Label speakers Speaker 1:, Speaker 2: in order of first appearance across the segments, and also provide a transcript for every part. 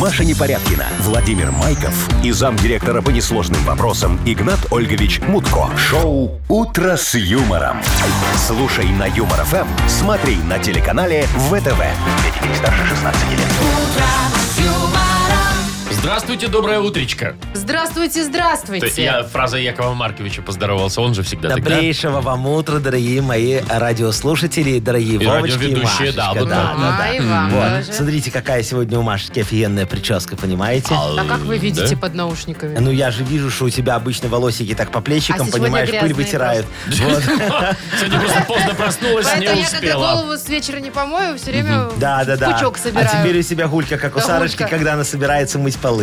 Speaker 1: Маша Непорядкина, Владимир Майков и замдиректора по несложным вопросам Игнат Ольгович Мутко. Шоу «Утро с юмором». Слушай на Юмор ФМ, смотри на телеканале ВТВ. Для детей старше 16 лет.
Speaker 2: Здравствуйте, доброе утречко.
Speaker 3: Здравствуйте, здравствуйте.
Speaker 2: То есть я фраза Якова Марковича поздоровался, он же всегда тогда.
Speaker 4: Добрейшего вам утра, дорогие мои радиослушатели, дорогие
Speaker 2: И
Speaker 4: Вовочки и
Speaker 2: радиоведущие, да,
Speaker 4: Машечка,
Speaker 2: вот
Speaker 3: Да,
Speaker 2: так.
Speaker 3: да, и вам
Speaker 4: ну Вот,
Speaker 3: тоже.
Speaker 4: смотрите, какая сегодня у Машечки офигенная прическа, понимаете?
Speaker 3: А как вы видите
Speaker 2: Да?
Speaker 3: под наушниками?
Speaker 4: Ну, я же вижу, что у тебя обычно волосики так по
Speaker 3: А
Speaker 4: плечикам,
Speaker 3: сегодня
Speaker 4: понимаешь, пыль
Speaker 3: грязные
Speaker 4: вытирают. Вот.
Speaker 2: Сегодня просто поздно проснулась,
Speaker 3: Поэтому
Speaker 2: не
Speaker 3: я, когда
Speaker 2: успела.
Speaker 3: голову с вечера не помою, все время в
Speaker 4: Да, да, да.
Speaker 3: пучок собираю.
Speaker 4: А теперь у тебя гулька, как у
Speaker 3: Да,
Speaker 4: Сарочки,
Speaker 3: гулька.
Speaker 4: когда она собирается мыть полы.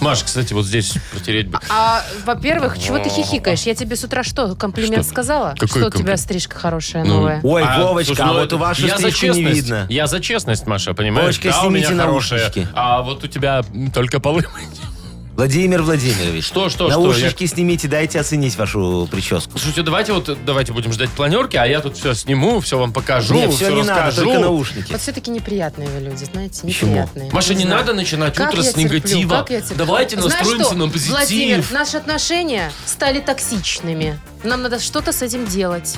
Speaker 2: Маш, кстати, вот здесь протереть бы.
Speaker 3: А, во-первых, чего ты хихикаешь? Я тебе с утра что, комплимент
Speaker 2: Что?
Speaker 3: сказала?
Speaker 2: Какой
Speaker 3: что у тебя
Speaker 2: комплимент?
Speaker 3: стрижка хорошая,
Speaker 2: Ну,
Speaker 3: новая.
Speaker 4: Ой,
Speaker 2: А,
Speaker 4: Вовочка,
Speaker 2: слушай,
Speaker 4: а
Speaker 2: ну,
Speaker 4: вот у вас
Speaker 2: я за
Speaker 4: стрижку не
Speaker 2: честность.
Speaker 4: видно.
Speaker 2: Я за честность, Маша, понимаешь?
Speaker 4: Вовочка,
Speaker 2: да, у меня
Speaker 4: снимите
Speaker 2: хорошая.
Speaker 4: наушнички.
Speaker 2: А вот у тебя м, только полы.
Speaker 4: Владимир Владимирович.
Speaker 2: Что, что, что?
Speaker 4: Наушнички снимите, дайте оценить вашу прическу.
Speaker 2: Слушайте, давайте вот давайте будем ждать планерки, а я тут все сниму, все вам покажу,
Speaker 4: Нет,
Speaker 2: все
Speaker 4: все не надо,
Speaker 2: расскажу.
Speaker 4: только наушники.
Speaker 3: Вот все-таки неприятные вы люди, знаете,
Speaker 4: Почему?
Speaker 3: неприятные.
Speaker 2: Маша, не
Speaker 3: знаю.
Speaker 2: надо начинать
Speaker 3: Как
Speaker 2: утро
Speaker 3: я
Speaker 2: с
Speaker 3: терплю,
Speaker 2: негатива.
Speaker 3: как я терплю.
Speaker 2: Давайте
Speaker 3: Знаешь
Speaker 2: настроимся
Speaker 3: что,
Speaker 2: на позитив.
Speaker 3: Владимир, наши отношения стали токсичными. Нам надо что-то с этим делать.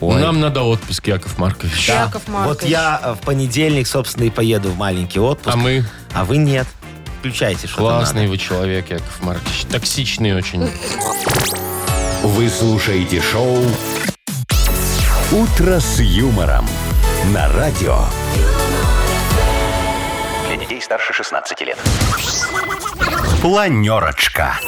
Speaker 4: Ой.
Speaker 2: Нам надо отпуск, Яков Маркович.
Speaker 4: Да.
Speaker 3: Яков Маркович.
Speaker 4: А, Вот я э, в понедельник, собственно, и поеду в маленький отпуск.
Speaker 2: А мы
Speaker 4: А вы нет. Включайте, что
Speaker 2: классный вы человек, Яков Маркович. Токсичный очень.
Speaker 1: Вы слушаете шоу «Утро с юмором» на радио. Для детей старше 16 лет. Планерочка.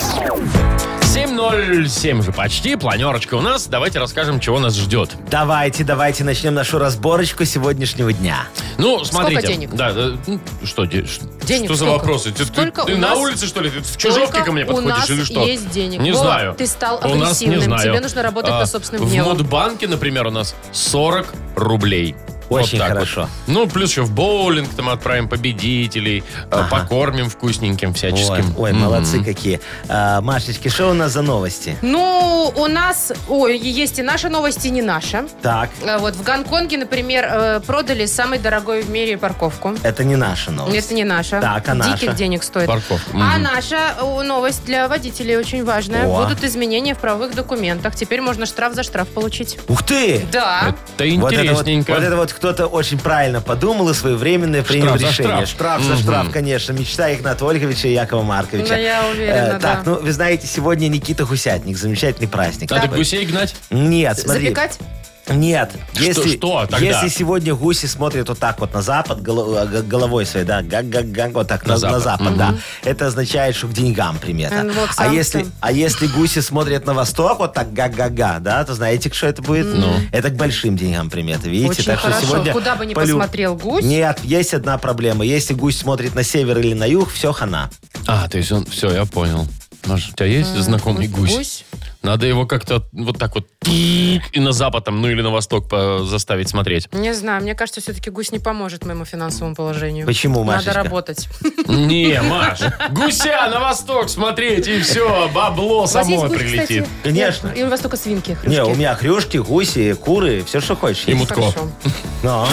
Speaker 2: 7.07 уже почти, планерочка у нас. Давайте расскажем, чего нас ждет.
Speaker 4: Давайте, давайте начнем нашу разборочку сегодняшнего дня.
Speaker 2: Ну, смотрите.
Speaker 3: денег?
Speaker 2: Да, да, ну, что, де- ш-
Speaker 3: Денег
Speaker 2: что за
Speaker 3: сколько?
Speaker 2: вопросы? Ты, ты-
Speaker 3: Сколько
Speaker 2: ты
Speaker 3: у
Speaker 2: на
Speaker 3: нас-
Speaker 2: улице, что ли? Ты в чужовке
Speaker 3: Только
Speaker 2: ко мне
Speaker 3: у
Speaker 2: подходишь
Speaker 3: нас
Speaker 2: или что?
Speaker 3: есть денег.
Speaker 2: Не
Speaker 3: Вова,
Speaker 2: знаю.
Speaker 3: ты стал
Speaker 2: У нас не
Speaker 3: агрессивным.
Speaker 2: знаю. А,
Speaker 3: Тебе нужно работать над собственным
Speaker 2: В
Speaker 3: гневом.
Speaker 2: Модбанке, например, у нас 40 рублей. Вот
Speaker 4: Очень
Speaker 2: так вот.
Speaker 4: хорошо.
Speaker 2: Ну, плюс еще в боулинг там отправим победителей, э, покормим вкусненьким
Speaker 4: Ой,
Speaker 2: всяческим.
Speaker 4: ой,
Speaker 2: М.
Speaker 4: молодцы какие. А, Машечки, что у нас за новости?
Speaker 3: Ну, у нас, ой, есть и наши новости, и не наши.
Speaker 4: Так,
Speaker 3: А Вот в Гонконге, например, э, продали самый дорогой в мире парковку.
Speaker 4: это не наша новость.
Speaker 3: Это не наша.
Speaker 4: Так, а наша?
Speaker 3: Диких денег стоит.
Speaker 2: Парковка.
Speaker 3: А
Speaker 2: Мгм.
Speaker 3: наша э, новость для водителей очень важная.
Speaker 4: О.
Speaker 3: Будут изменения в правовых документах. Теперь можно штраф за штраф получить.
Speaker 4: Ух ты!
Speaker 3: Да.
Speaker 2: Это
Speaker 4: Вот это, вот,
Speaker 2: интересненько.
Speaker 4: вот это вот кто-то очень правильно подумал и своевременно принял
Speaker 2: за
Speaker 4: решение.
Speaker 2: штраф.
Speaker 4: за
Speaker 2: Мгм.
Speaker 4: штраф, конечно. Мечта Игната Ольговича и Якова Марковича.
Speaker 3: Да, я уверена, да.
Speaker 4: Так, ну, вы знаете, сегодня Никита Хусятник. Замечательный праздник.
Speaker 2: Надо
Speaker 4: такой.
Speaker 2: гусей гнать?
Speaker 4: Нет, смотри.
Speaker 3: Запекать?
Speaker 4: Нет.
Speaker 2: Что- что тогда?
Speaker 4: если сегодня гуси смотрят вот так вот на запад, голо- г- головой своей, да, гак гак гак вот так на, на запад,
Speaker 2: запад.
Speaker 4: да, это означает, что к деньгам примета.
Speaker 3: Э, вот
Speaker 4: а,
Speaker 3: сам
Speaker 4: если,
Speaker 3: ты.
Speaker 4: а если гуси смотрят на восток вот так гак гак га да, то знаете, что это будет?
Speaker 2: Ну.
Speaker 4: Это к большим деньгам примета, видите?
Speaker 3: Очень
Speaker 4: так
Speaker 3: хорошо.
Speaker 4: что сегодня
Speaker 3: Куда бы ни
Speaker 4: полю-
Speaker 3: посмотрел гусь.
Speaker 4: Нет, есть одна проблема. Если гусь смотрит на север или на юг, все хана.
Speaker 2: А, то есть он... Все, я понял. Маша, у тебя есть знакомый гусь?
Speaker 3: гусь?
Speaker 2: Надо его как-то вот так вот тик, и на запад там, ну или на восток по- заставить смотреть.
Speaker 3: Не знаю, мне кажется, все-таки гусь не поможет моему финансовому положению.
Speaker 4: Почему,
Speaker 3: Надо
Speaker 4: Машечка?
Speaker 3: работать.
Speaker 2: Не, Маш, гуся на восток смотреть, и все, бабло
Speaker 3: У вас есть
Speaker 2: само
Speaker 3: гусь,
Speaker 2: прилетит.
Speaker 3: кстати?
Speaker 4: Конечно.
Speaker 3: И у вас только свинки, хрюшки.
Speaker 4: Не, у меня хрюшки, гуси, куры, все, что хочешь.
Speaker 2: И
Speaker 4: есть.
Speaker 2: мутко.
Speaker 3: Хорошо.
Speaker 4: Но.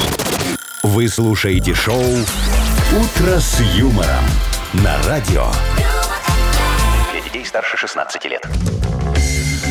Speaker 1: Вы слушаете шоу «Утро с юмором» на радио. Для детей старше 16 лет.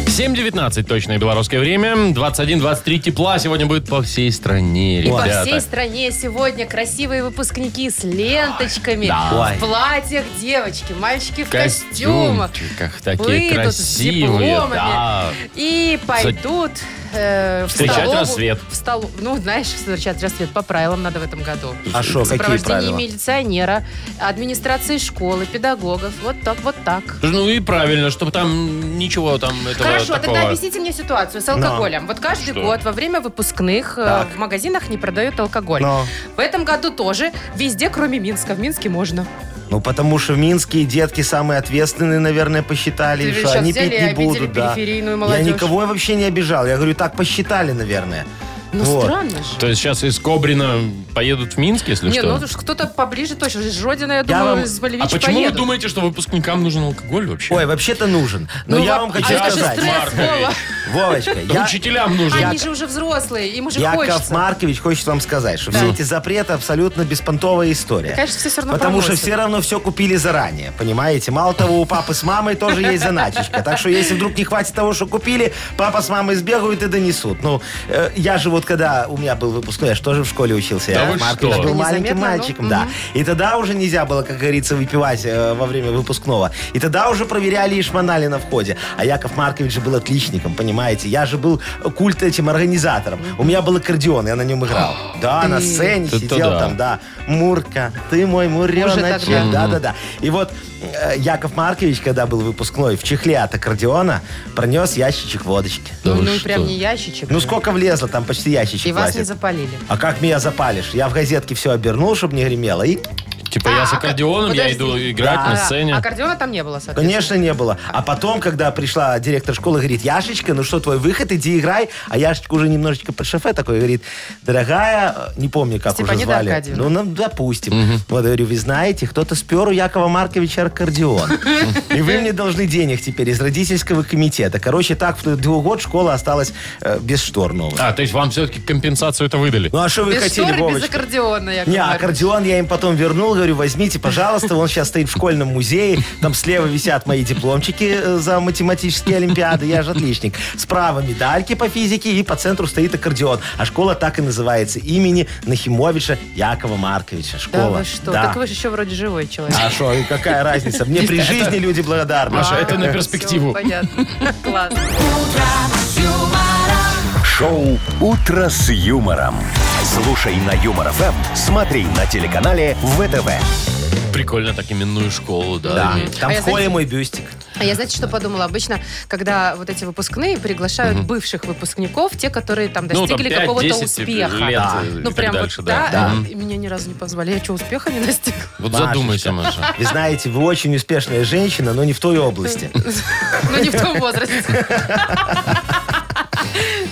Speaker 2: 7.19 точное белорусское время, 21-23 тепла сегодня будет по всей стране,
Speaker 3: И по
Speaker 2: ребята.
Speaker 3: всей стране сегодня красивые выпускники с ленточками,
Speaker 4: Ой.
Speaker 3: в платьях девочки, мальчики в
Speaker 2: В
Speaker 3: костюмах.
Speaker 2: костюмчиках, такие
Speaker 3: Плывут с
Speaker 2: красивые,
Speaker 3: дипломами
Speaker 2: да.
Speaker 3: и пойдут э, в
Speaker 2: Встречать
Speaker 3: столову-
Speaker 2: рассвет.
Speaker 3: В столу, ну, знаешь, встречать рассвет по правилам надо в этом году.
Speaker 4: А что,
Speaker 3: В
Speaker 4: какие
Speaker 3: сопровождении
Speaker 4: правила?
Speaker 3: милиционера, администрации школы, педагогов. Вот так, вот так.
Speaker 2: Ну и правильно, чтобы там ничего там этого
Speaker 3: Хорошо,
Speaker 2: такого.
Speaker 3: тогда объясните мне ситуацию с алкоголем. Вот каждый
Speaker 2: Что?
Speaker 3: год во время выпускных э,
Speaker 4: Ну. Так.
Speaker 3: в магазинах не продают алкоголь.
Speaker 4: Но.
Speaker 3: В этом году тоже везде, кроме Минска. В Минске можно.
Speaker 4: Ну, потому что минские детки самые ответственные, наверное, посчитали,
Speaker 3: Ты же
Speaker 4: что
Speaker 3: сейчас
Speaker 4: они
Speaker 3: взяли
Speaker 4: пить
Speaker 3: и
Speaker 4: не
Speaker 3: обидели
Speaker 4: будут. Да.
Speaker 3: периферийную
Speaker 4: Я
Speaker 3: молодежь.
Speaker 4: никого вообще не обижал. Я говорю, так посчитали, наверное.
Speaker 3: Ну,
Speaker 4: Вот.
Speaker 3: странно же.
Speaker 2: То есть сейчас из Кобрина поедут в Минск, если
Speaker 3: Не,
Speaker 2: что?
Speaker 3: ну уж кто-то поближе точно. Из Жодина, я
Speaker 4: вам-
Speaker 3: думаю, из Болевича
Speaker 2: а почему
Speaker 3: поедут.
Speaker 2: вы думаете, что выпускникам нужен алкоголь вообще?
Speaker 4: Ой, вообще-то нужен. Но
Speaker 3: Ну,
Speaker 4: я
Speaker 3: во-
Speaker 4: вам
Speaker 3: а
Speaker 4: хочу
Speaker 3: это же
Speaker 4: сказать,
Speaker 3: стресс,
Speaker 2: Маркович.
Speaker 3: Вова.
Speaker 4: Вовочка,
Speaker 2: Да
Speaker 4: я-
Speaker 2: учителям нужен.
Speaker 3: Они же уже взрослые, им уже
Speaker 4: Яков
Speaker 3: хочется.
Speaker 4: Маркович хочет вам сказать, что все эти запреты абсолютно беспонтовая история.
Speaker 3: Конечно, все всё равно
Speaker 4: Потому что
Speaker 3: промоются.
Speaker 4: все равно все купили заранее, понимаете? Мало того, у папы с мамой тоже есть заначечка. Так что если вдруг не хватит того, что купили, папа с мамой сбегают и донесут. Ну, э, я же вот когда у меня был выпускной, я же тоже в школе учился.
Speaker 2: Да
Speaker 4: Я
Speaker 2: вы
Speaker 4: Маркович
Speaker 2: что?
Speaker 4: был
Speaker 3: Незаметно,
Speaker 4: маленьким
Speaker 3: ну,
Speaker 4: мальчиком,
Speaker 3: мгм.
Speaker 4: да. И тогда уже нельзя было, как говорится, выпивать э, во время выпускного. И тогда уже проверяли и шмонали на входе. А Яков Маркович же был отличником, понимаете? Я же был культ этим организатором. У меня был аккордеон, я на нем играл. Да, на сцене
Speaker 2: Это
Speaker 4: сидел
Speaker 2: да.
Speaker 4: там, да. Мурка, ты мой муреночек.
Speaker 3: тогда.
Speaker 4: Да-да-да. И вот э, Яков Маркович, когда был выпускной, в чехле от аккордеона пронес ящичек водочки.
Speaker 2: Да
Speaker 3: Ну,
Speaker 2: вы
Speaker 3: ну и
Speaker 2: что?
Speaker 3: прям не ящичек.
Speaker 4: Ну сколько влезло, там почти ящичек
Speaker 3: И вас не
Speaker 4: влазит.
Speaker 3: запалили.
Speaker 4: А как меня запалишь? Я в газетке все обернул, чтобы не гремело. И,
Speaker 2: Типа я с
Speaker 3: А,
Speaker 2: аккордеоном, я
Speaker 3: подожди.
Speaker 2: иду играть
Speaker 4: Да.
Speaker 2: на
Speaker 3: А,
Speaker 2: сцене.
Speaker 3: аккордеона там не было, соответственно.
Speaker 4: конечно, не было. А потом, когда пришла директор школы, говорит, Яшечка, ну что, твой выход, иди играй. А Яшечка уже немножечко под шофе такой говорит, дорогая, э, не помню, как уже
Speaker 3: Степанида
Speaker 4: звали.
Speaker 3: Аркадьевна.
Speaker 4: Ну, ну, допустим. Вот, я говорю, вы знаете, кто-то спер у Якова Марковича аккордеон. И вы мне должны денег теперь из родительского комитета. Короче, так, в год школа осталась э, без штор новых.
Speaker 2: А, то есть вам все-таки компенсацию это выдали?
Speaker 4: Ну, а что вы
Speaker 3: Без
Speaker 4: хотели,
Speaker 3: шторы, без
Speaker 4: Вовочка?
Speaker 3: аккордеона, Яков
Speaker 4: Не, а
Speaker 3: Маркович.
Speaker 4: аккордеон я им потом вернул, говорю, возьмите, пожалуйста, он сейчас стоит в школьном музее, там слева висят мои дипломчики э, за математические олимпиады, я же отличник. Справа медальки по физике и по центру стоит аккордеон. А школа так и называется, имени Нахимовича Якова Марковича. Школа.
Speaker 3: Да вы что,
Speaker 4: Да.
Speaker 3: так вы же еще вроде живой человек.
Speaker 4: А что, и какая разница? Мне при жизни люди благодарны.
Speaker 2: Маша, это на
Speaker 3: всё,
Speaker 2: перспективу.
Speaker 3: понятно. Класс.
Speaker 1: Шоу «Утро с юмором». Слушай на Юмор ФМ, смотри на телеканале ВТВ.
Speaker 2: Прикольно так именную школу, да,
Speaker 4: Да,
Speaker 2: иметь.
Speaker 4: там
Speaker 3: А я,
Speaker 4: в холле
Speaker 3: знаете-
Speaker 4: мой бюстик.
Speaker 3: А я, знаете, что подумала? Обычно, когда вот эти выпускные приглашают бывших выпускников, те, которые там
Speaker 2: Ну, там
Speaker 3: достигли
Speaker 2: 5-10
Speaker 3: какого-то
Speaker 2: лет э,
Speaker 3: успеха.
Speaker 4: Да.
Speaker 2: и
Speaker 3: Ну,
Speaker 2: так
Speaker 3: прям
Speaker 2: дальше,
Speaker 3: вот,
Speaker 2: да.
Speaker 3: да, и меня ни разу не позвали. Я что, успеха не достигла?
Speaker 2: Вот
Speaker 4: Машечка.
Speaker 2: задумайся, Маша.
Speaker 4: Вы знаете, вы очень успешная женщина, но не в той области.
Speaker 3: Но не Ну, в том возрасте.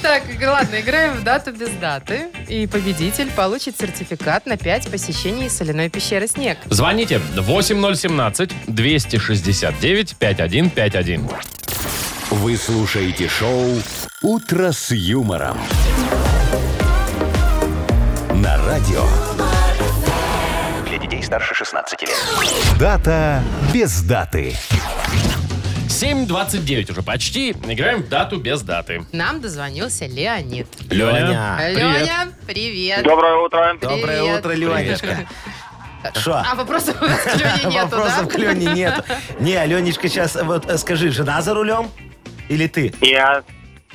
Speaker 3: Так, ладно, играем в дату без даты. И победитель получит сертификат на 5 посещений соляной пещеры «Снег».
Speaker 2: Звоните 8017-269-5151.
Speaker 1: Вы слушаете шоу «Утро с юмором». На радио.
Speaker 5: Для детей старше 16 лет.
Speaker 1: Дата без даты.
Speaker 2: 7.29 уже почти. Играем в дату без даты.
Speaker 3: Нам дозвонился Леонид.
Speaker 4: Леня.
Speaker 2: Привет.
Speaker 3: Леня, привет.
Speaker 6: Доброе утро.
Speaker 4: Доброе
Speaker 3: Привет.
Speaker 4: утро, Ленечка. Что?
Speaker 3: А вопросов у нас к Лене нету, да?
Speaker 4: Вопросов к Лене нет. Не, Ленечка, сейчас вот э, скажи, жена за рулем? Или ты?
Speaker 6: Я,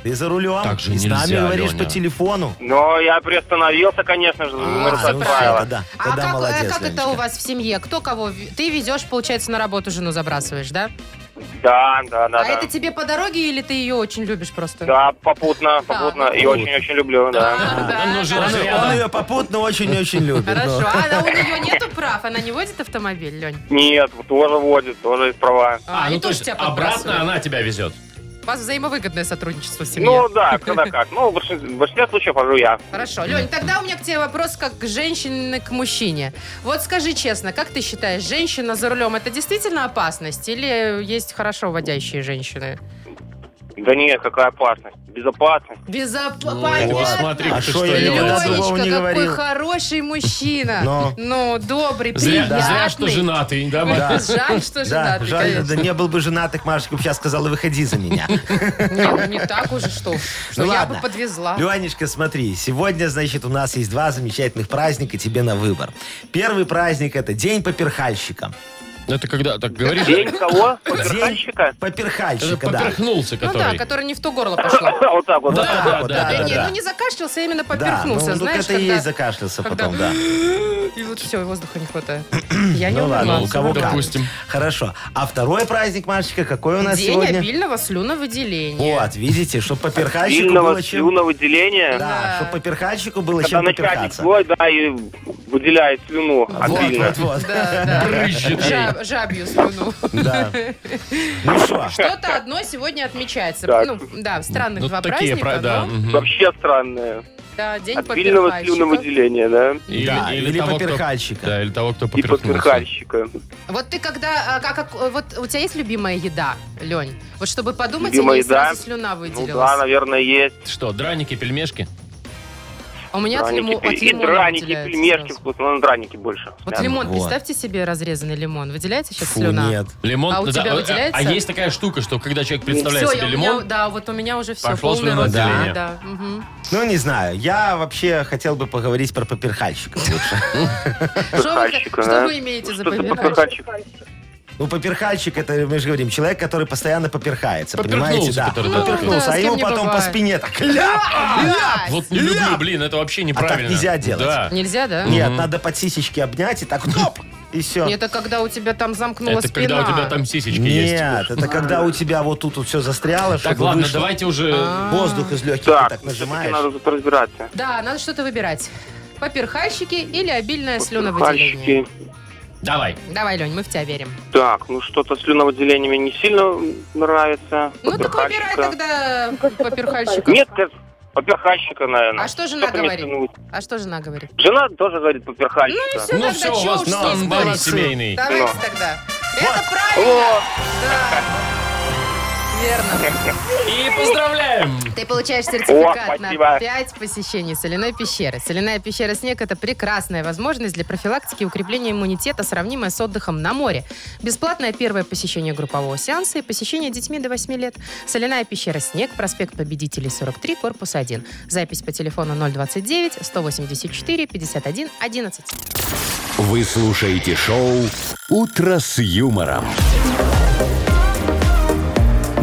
Speaker 4: Ты за рулем.
Speaker 2: Так же
Speaker 4: И с нами
Speaker 2: нельзя,
Speaker 4: говоришь
Speaker 2: Леня.
Speaker 4: по телефону.
Speaker 6: но я приостановился, конечно же,
Speaker 4: А,
Speaker 6: нарушать
Speaker 4: ну
Speaker 6: правила.
Speaker 4: всё, тогда,
Speaker 3: А
Speaker 4: тогда
Speaker 3: как, э,
Speaker 4: молодец,
Speaker 3: как это
Speaker 4: Ленечка.
Speaker 3: у вас в семье? Кто кого? в- Ты везешь, получается, на работу жену забрасываешь, да?
Speaker 6: Да, да, да,
Speaker 3: а
Speaker 6: да.
Speaker 3: это тебе по дороге или ты ее очень любишь просто?
Speaker 6: Да, попутно, попутно. и очень-очень люблю, да.
Speaker 3: Да,
Speaker 2: Ну, жена
Speaker 4: Он,
Speaker 2: рядом.
Speaker 4: он ее попутно очень-очень любит. ну.
Speaker 3: Хорошо. А она- у нее нету прав? Она не водит автомобиль, Лень?
Speaker 6: Нет, тоже водит, тоже есть права.
Speaker 2: А, ну то есть обратно она тебя везет.
Speaker 3: У вас взаимовыгодное сотрудничество в семье.
Speaker 6: Ну да, когда как. Ну, в большин- в большинстве, случаев хожу я.
Speaker 3: Хорошо. Лень, тогда у меня к тебе вопрос как к женщине к мужчине. Вот скажи честно, как ты считаешь, женщина за рулем это действительно опасность или есть хорошо водящие женщины?
Speaker 6: Да нет, какая опасность. Безопасность.
Speaker 2: Вот,
Speaker 3: Безопасно.
Speaker 2: смотри,
Speaker 4: А
Speaker 2: ты
Speaker 4: шо
Speaker 2: что
Speaker 4: я
Speaker 2: делаешь.
Speaker 4: никогда
Speaker 3: Лёнечка,
Speaker 4: другого не
Speaker 3: какой
Speaker 4: говорил.
Speaker 3: хороший мужчина.
Speaker 4: Но.
Speaker 3: Ну, добрый,
Speaker 2: Зря,
Speaker 3: приятный.
Speaker 2: зря, что женатый, да, Маша?
Speaker 4: Да.
Speaker 3: Жаль, что
Speaker 4: Да,
Speaker 3: женатый,
Speaker 4: жаль,
Speaker 3: конечно.
Speaker 4: да не был бы женатых, Машечка бы сейчас сказала, выходи за меня.
Speaker 3: Не, ну не так уже, что, что я
Speaker 4: ладно.
Speaker 3: бы подвезла.
Speaker 4: Ленечка, смотри, сегодня, значит, у нас есть два замечательных праздника тебе на выбор. Первый праздник – это День поперхальщика.
Speaker 2: Ну, Это когда так говоришь,
Speaker 6: День кого?
Speaker 4: День
Speaker 6: Поперхальщика?
Speaker 2: это
Speaker 4: поперхальщика, да.
Speaker 2: поперхнулся,
Speaker 3: Ну да,
Speaker 2: который.
Speaker 3: который не в то горло пошел.
Speaker 6: Вот так вот.
Speaker 4: Вот
Speaker 6: да?
Speaker 4: так
Speaker 2: да,
Speaker 4: вот,
Speaker 2: да,
Speaker 4: да,
Speaker 3: Да,
Speaker 4: да,
Speaker 3: не,
Speaker 4: да.
Speaker 3: ну не закашлялся, а именно
Speaker 4: Да, ну,
Speaker 3: поперхнулся.
Speaker 4: ну,
Speaker 3: Знаешь,
Speaker 4: это и
Speaker 3: когда-
Speaker 4: есть закашлялся
Speaker 3: когда-
Speaker 4: потом, да.
Speaker 3: И вот все, и воздуха не хватает. Я не
Speaker 4: Ну ладно,
Speaker 3: умела.
Speaker 4: у кого как.
Speaker 2: Допустим.
Speaker 4: Хорошо. А второй праздник, Машечка, какой у нас
Speaker 3: День
Speaker 4: сегодня?
Speaker 3: обильного слюновыделения.
Speaker 4: Вот, видите, чтобы поперхальщику
Speaker 6: Сильного
Speaker 4: было чем...
Speaker 6: слюного деления.
Speaker 4: Да,
Speaker 3: Да.
Speaker 4: чтобы поперхальщику было
Speaker 6: Когда
Speaker 4: чем
Speaker 6: начальник
Speaker 4: поперхаться.
Speaker 6: свой, да, и выделяет слюну
Speaker 4: Вот,
Speaker 6: обильно.
Speaker 4: вот, вот.
Speaker 3: Да, да.
Speaker 2: Брызжет ей.
Speaker 3: Да, жаб- жабью слюну.
Speaker 4: Да. Ну что?
Speaker 3: Что-то одно сегодня отмечается.
Speaker 6: Так.
Speaker 3: Ну, да, странных
Speaker 2: Ну,
Speaker 3: два
Speaker 2: такие,
Speaker 3: праздника,
Speaker 2: про-
Speaker 3: но,
Speaker 2: да. мгм.
Speaker 6: Вообще странное.
Speaker 3: да, день
Speaker 6: От вильного
Speaker 3: поперхальщика.
Speaker 6: слюновыделения, да?
Speaker 2: Или,
Speaker 4: Да, или
Speaker 2: кто-
Speaker 4: поперхальщика.
Speaker 2: да, или того, кто
Speaker 6: И
Speaker 2: поперхнулся.
Speaker 6: подперхальщика.
Speaker 3: Вот ты когда, а, как, как- вот у тебя есть любимая еда, Лень? Вот чтобы подумать,
Speaker 6: Любимая
Speaker 3: и
Speaker 6: еда?
Speaker 3: сразу слюна
Speaker 6: Ну да,
Speaker 3: выделилась.
Speaker 6: наверное, есть.
Speaker 2: Что, драники, пельмешки?
Speaker 3: а у меня от,
Speaker 6: Драники,
Speaker 3: лимо-
Speaker 6: пель-
Speaker 3: от
Speaker 6: и
Speaker 3: лимона
Speaker 6: драники,
Speaker 3: выделяется
Speaker 6: пельмешки
Speaker 3: сразу.
Speaker 6: вкусно. Ну, драники больше.
Speaker 3: Вот
Speaker 6: Да.
Speaker 3: лимон,
Speaker 4: Вот.
Speaker 3: представьте себе разрезанный лимон. Выделяется сейчас
Speaker 4: Фу,
Speaker 3: слюна?
Speaker 4: нет.
Speaker 2: Лимон.
Speaker 3: А у тебя
Speaker 2: а,
Speaker 3: выделяется?
Speaker 2: есть такая штука, что когда человек представляет
Speaker 3: Всё,
Speaker 2: себе
Speaker 3: я- у
Speaker 2: лимон,
Speaker 3: меня- да, вот у меня уже все.
Speaker 2: Пошло
Speaker 3: полный
Speaker 2: слюноотделение.
Speaker 3: рот. Да, да, мгм.
Speaker 4: Ну, не знаю. Я вообще хотел бы поговорить про поперхальщиков лучше.
Speaker 3: Что вы,
Speaker 4: а?
Speaker 6: Подперхальщика,
Speaker 3: что
Speaker 6: да.
Speaker 3: вы имеете за
Speaker 6: Что за
Speaker 3: поперхальщик?
Speaker 6: подперхальщик?
Speaker 4: Ну, поперхальщик, это, мы же говорим, человек, который постоянно поперхается,
Speaker 2: Поперхнулся,
Speaker 4: понимаете? Да.
Speaker 2: который,
Speaker 3: да,
Speaker 4: Поперхнулся,
Speaker 3: да, Ну, с
Speaker 4: а
Speaker 3: кем
Speaker 4: ему
Speaker 3: не
Speaker 4: потом по
Speaker 3: бывает.
Speaker 4: спине так ляп!
Speaker 3: Ай!
Speaker 2: вот не люблю, блин, это вообще неправильно.
Speaker 4: А нельзя делать.
Speaker 2: Да.
Speaker 3: Нельзя, да?
Speaker 4: Нет, надо под сисечки обнять и так оп! И все.
Speaker 3: Это когда у тебя там замкнула
Speaker 2: Это
Speaker 3: спина.
Speaker 2: когда у тебя там сисечки есть.
Speaker 4: Нет, это когда у тебя вот тут вот все застряло,
Speaker 2: Так,
Speaker 4: чтобы
Speaker 2: ладно,
Speaker 4: вышло.
Speaker 2: давайте
Speaker 3: А.
Speaker 2: уже...
Speaker 4: Воздух из легких ты
Speaker 6: Так,
Speaker 4: так
Speaker 6: все-таки
Speaker 4: нажимаешь.
Speaker 6: надо тут разбираться.
Speaker 3: Да, надо что-то выбирать. Поперхальщики или обильное слюновыделение.
Speaker 6: Подперхальщики.
Speaker 2: Давай.
Speaker 3: Давай, Лень, мы в тебя верим.
Speaker 6: Так, ну что-то слюновыделение мне не сильно нравится.
Speaker 3: Ну так выбирай
Speaker 6: Подперхальщика.
Speaker 3: тогда поперхальщиков.
Speaker 6: Нет, конечно, поперхальщика, наверное.
Speaker 3: А что жена
Speaker 6: Только не
Speaker 3: говорит?
Speaker 6: слюновы-
Speaker 3: А что жена говорит?
Speaker 6: Жена тоже говорит поперхальщика.
Speaker 3: Ну и все
Speaker 2: Ну
Speaker 3: тогда,
Speaker 2: все,
Speaker 3: чё
Speaker 2: у вас
Speaker 3: уж с ней
Speaker 2: стандарт
Speaker 3: спорить?
Speaker 2: семейный.
Speaker 3: Давайте
Speaker 6: Ну.
Speaker 3: тогда. Это правильно!
Speaker 6: О,
Speaker 3: Да. Верно.
Speaker 2: И поздравляем!
Speaker 3: Ты получаешь сертификат
Speaker 6: О,
Speaker 3: на
Speaker 6: спасибо.
Speaker 3: 5 посещений соляной пещеры. Соляная пещера «Снег» — это прекрасная возможность для профилактики и укрепления иммунитета, сравнимая с отдыхом на море. Бесплатное первое посещение группового сеанса и посещение детьми до 8 лет. Соляная пещера «Снег», проспект Победителей, 43, корпус 1. Запись по телефону 029-184-51-11.
Speaker 1: Вы слушаете шоу «Утро с юмором».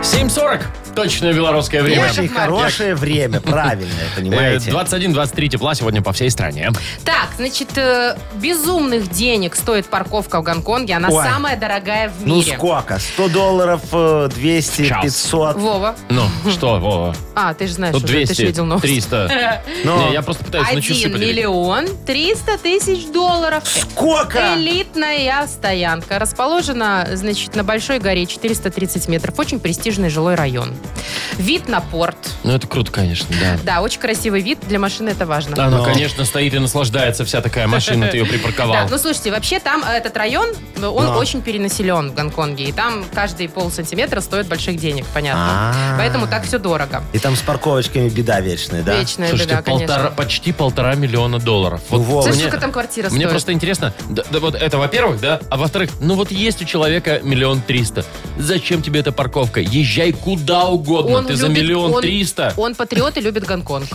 Speaker 2: 7.40. Точное белорусское время.
Speaker 4: Очень
Speaker 3: Яков Маркович.
Speaker 4: хорошее время, правильное,
Speaker 2: Э,
Speaker 4: понимаете?
Speaker 2: 21-23 тепла сегодня по всей стране.
Speaker 3: Так, значит, э, безумных денег стоит парковка в Гонконге. Она
Speaker 4: Ой.
Speaker 3: самая дорогая в
Speaker 4: Ну
Speaker 3: мире.
Speaker 4: сколько? 100 долларов, э, 200,
Speaker 2: Час.
Speaker 4: 500.
Speaker 3: Вова.
Speaker 2: Ну, что, Вова?
Speaker 3: А, ты же знаешь,
Speaker 4: Ну,
Speaker 2: Тут
Speaker 3: уже, ты же
Speaker 2: 200,
Speaker 3: видел новость.
Speaker 2: 300.
Speaker 4: Но
Speaker 2: Не, я просто пытаюсь на часы
Speaker 3: 1
Speaker 2: поделить.
Speaker 3: миллион 300 тысяч долларов.
Speaker 4: сколько?
Speaker 3: Элитная стоянка расположена, значит, на Большой горе 430 метров. Очень престижный жилой район. Вид на порт.
Speaker 2: Ну, это круто, конечно, да.
Speaker 3: Да, очень красивый вид. Для машины это важно.
Speaker 2: Да, Она,
Speaker 4: Но.
Speaker 2: конечно, стоит и наслаждается вся такая машина, ты ее
Speaker 3: Да,
Speaker 2: припарковал.
Speaker 3: ну слушайте, вообще там э, этот район, э, он
Speaker 4: Но.
Speaker 3: очень перенаселен в Гонконге. И там каждый полсантиметра стоит больших денег, понятно.
Speaker 4: А.
Speaker 3: Поэтому так все дорого.
Speaker 4: И там с парковочками беда вечная, да?
Speaker 3: Вечная
Speaker 2: Слушайте,
Speaker 3: беда,
Speaker 2: полтора,
Speaker 3: ну, конечно.
Speaker 2: почти полтора миллиона долларов.
Speaker 4: Ну, Вова,
Speaker 3: Слышь,
Speaker 2: мне-
Speaker 3: сколько там квартира
Speaker 2: Мне
Speaker 3: стоит?
Speaker 2: просто интересно, да, да вот это во-первых, да, а во-вторых, ну вот есть у человека миллион триста, зачем тебе эта парковка? Езжай куда угодно,
Speaker 3: Он
Speaker 2: ты за
Speaker 3: любит-
Speaker 2: миллион
Speaker 3: он-
Speaker 2: триста.
Speaker 3: Он патриот и любит Гонконг.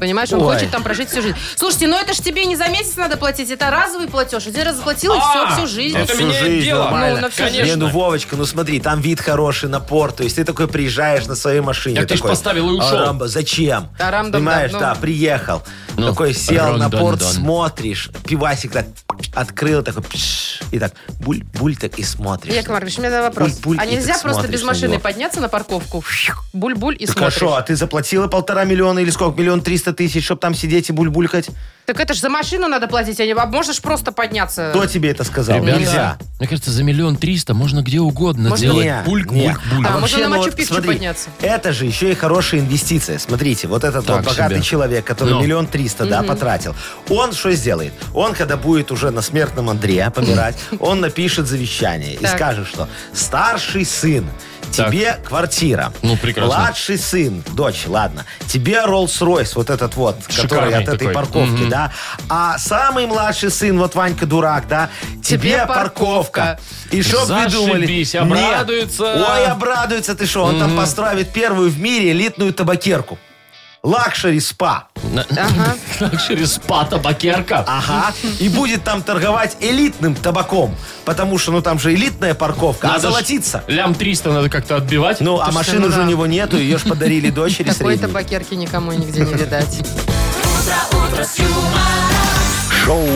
Speaker 3: Понимаешь, он
Speaker 4: Ой.
Speaker 3: хочет там прожить всю жизнь. Слушайте, ну это ж тебе не за месяц надо платить, это разовый платеж. Один раз заплатил, и все,
Speaker 2: А,
Speaker 3: всю жизнь.
Speaker 2: Это
Speaker 4: На всю
Speaker 2: меняет
Speaker 4: жизнь
Speaker 2: дело.
Speaker 4: нормально.
Speaker 3: Ну, на всю
Speaker 2: Конечно.
Speaker 4: Не, ну, Вовочка, ну смотри, там вид хороший на порт, то есть ты такой приезжаешь на своей машине.
Speaker 2: Так ты ж
Speaker 4: такой,
Speaker 2: поставил и
Speaker 4: «А,
Speaker 2: ушел».
Speaker 4: Рамбо, зачем?
Speaker 3: Тарам-дам-дам,
Speaker 4: Понимаешь,
Speaker 3: ну.
Speaker 4: да, приехал.
Speaker 2: Ну,
Speaker 4: такой сел на
Speaker 2: рон-дон-дон.
Speaker 4: порт, смотришь, пивасик так открыл, такой пш, и так буль-буль так и смотришь.
Speaker 3: Яков Маркович, у меня вопрос.
Speaker 4: Буль-буль,
Speaker 3: а
Speaker 4: и
Speaker 3: нельзя
Speaker 4: так
Speaker 3: просто
Speaker 4: смотришь
Speaker 3: без
Speaker 4: на
Speaker 3: машины
Speaker 4: него.
Speaker 3: подняться на парковку? Фью, Буль-буль и
Speaker 4: Так а
Speaker 3: смотришь.
Speaker 4: шо, а ты заплатила полтора миллиона или сколько? Миллион триста тысяч, чтобы там сидеть и буль-булькать?
Speaker 3: Так это ж за машину надо платить, а не а можешь просто подняться.
Speaker 4: Кто тебе это сказал?
Speaker 2: Ребята,
Speaker 4: Нельзя.
Speaker 2: Мне кажется, за миллион триста можно где угодно
Speaker 3: Можно-
Speaker 2: делать.
Speaker 4: Не,
Speaker 2: пульк,
Speaker 4: не.
Speaker 2: бульк, бульк.
Speaker 3: А, можно на
Speaker 4: ну,
Speaker 3: Мачу-Пикчу
Speaker 4: смотри,
Speaker 3: подняться.
Speaker 4: Это же еще и хорошая инвестиция. Смотрите, вот этот
Speaker 2: Так
Speaker 4: вот богатый
Speaker 2: себе.
Speaker 4: человек, который
Speaker 2: Ну.
Speaker 4: миллион триста, да, потратил. Он что сделает? Он, когда будет уже на смертном Андре помирать, он напишет завещание и
Speaker 3: Так.
Speaker 4: скажет, что старший сын,
Speaker 2: Так.
Speaker 4: тебе квартира.
Speaker 2: Ну, прекрасно.
Speaker 4: Младший сын, дочь, ладно. Тебе Роллс-Ройс, вот этот вот, который
Speaker 2: Шикарный
Speaker 4: от этой
Speaker 2: такой.
Speaker 4: парковки,
Speaker 2: Мгм.
Speaker 4: да. А самый младший сын, вот Ванька дурак, да, тебе,
Speaker 3: Тебе парковка.
Speaker 4: парковка. И что вы думали?
Speaker 2: Зашибись,
Speaker 4: Нет.
Speaker 2: обрадуется.
Speaker 4: Ой, обрадуется ты что? Он там построит первую в мире элитную табакерку. Лакшери спа.
Speaker 3: Ага.
Speaker 2: Через спа
Speaker 4: А,
Speaker 2: табакерка.
Speaker 4: Ага. И будет там торговать элитным табаком. Потому что, ну, там же элитная парковка. а
Speaker 2: Надо ж
Speaker 4: золотиться.
Speaker 2: Лям 300 надо как-то отбивать.
Speaker 4: Ну, а
Speaker 3: Слушай,
Speaker 4: машину
Speaker 3: ну
Speaker 4: же
Speaker 3: да.
Speaker 4: у него нету. Ее ж подарили дочери
Speaker 3: Такой
Speaker 4: средней.
Speaker 3: табакерки никому и нигде не видать.
Speaker 1: Шоу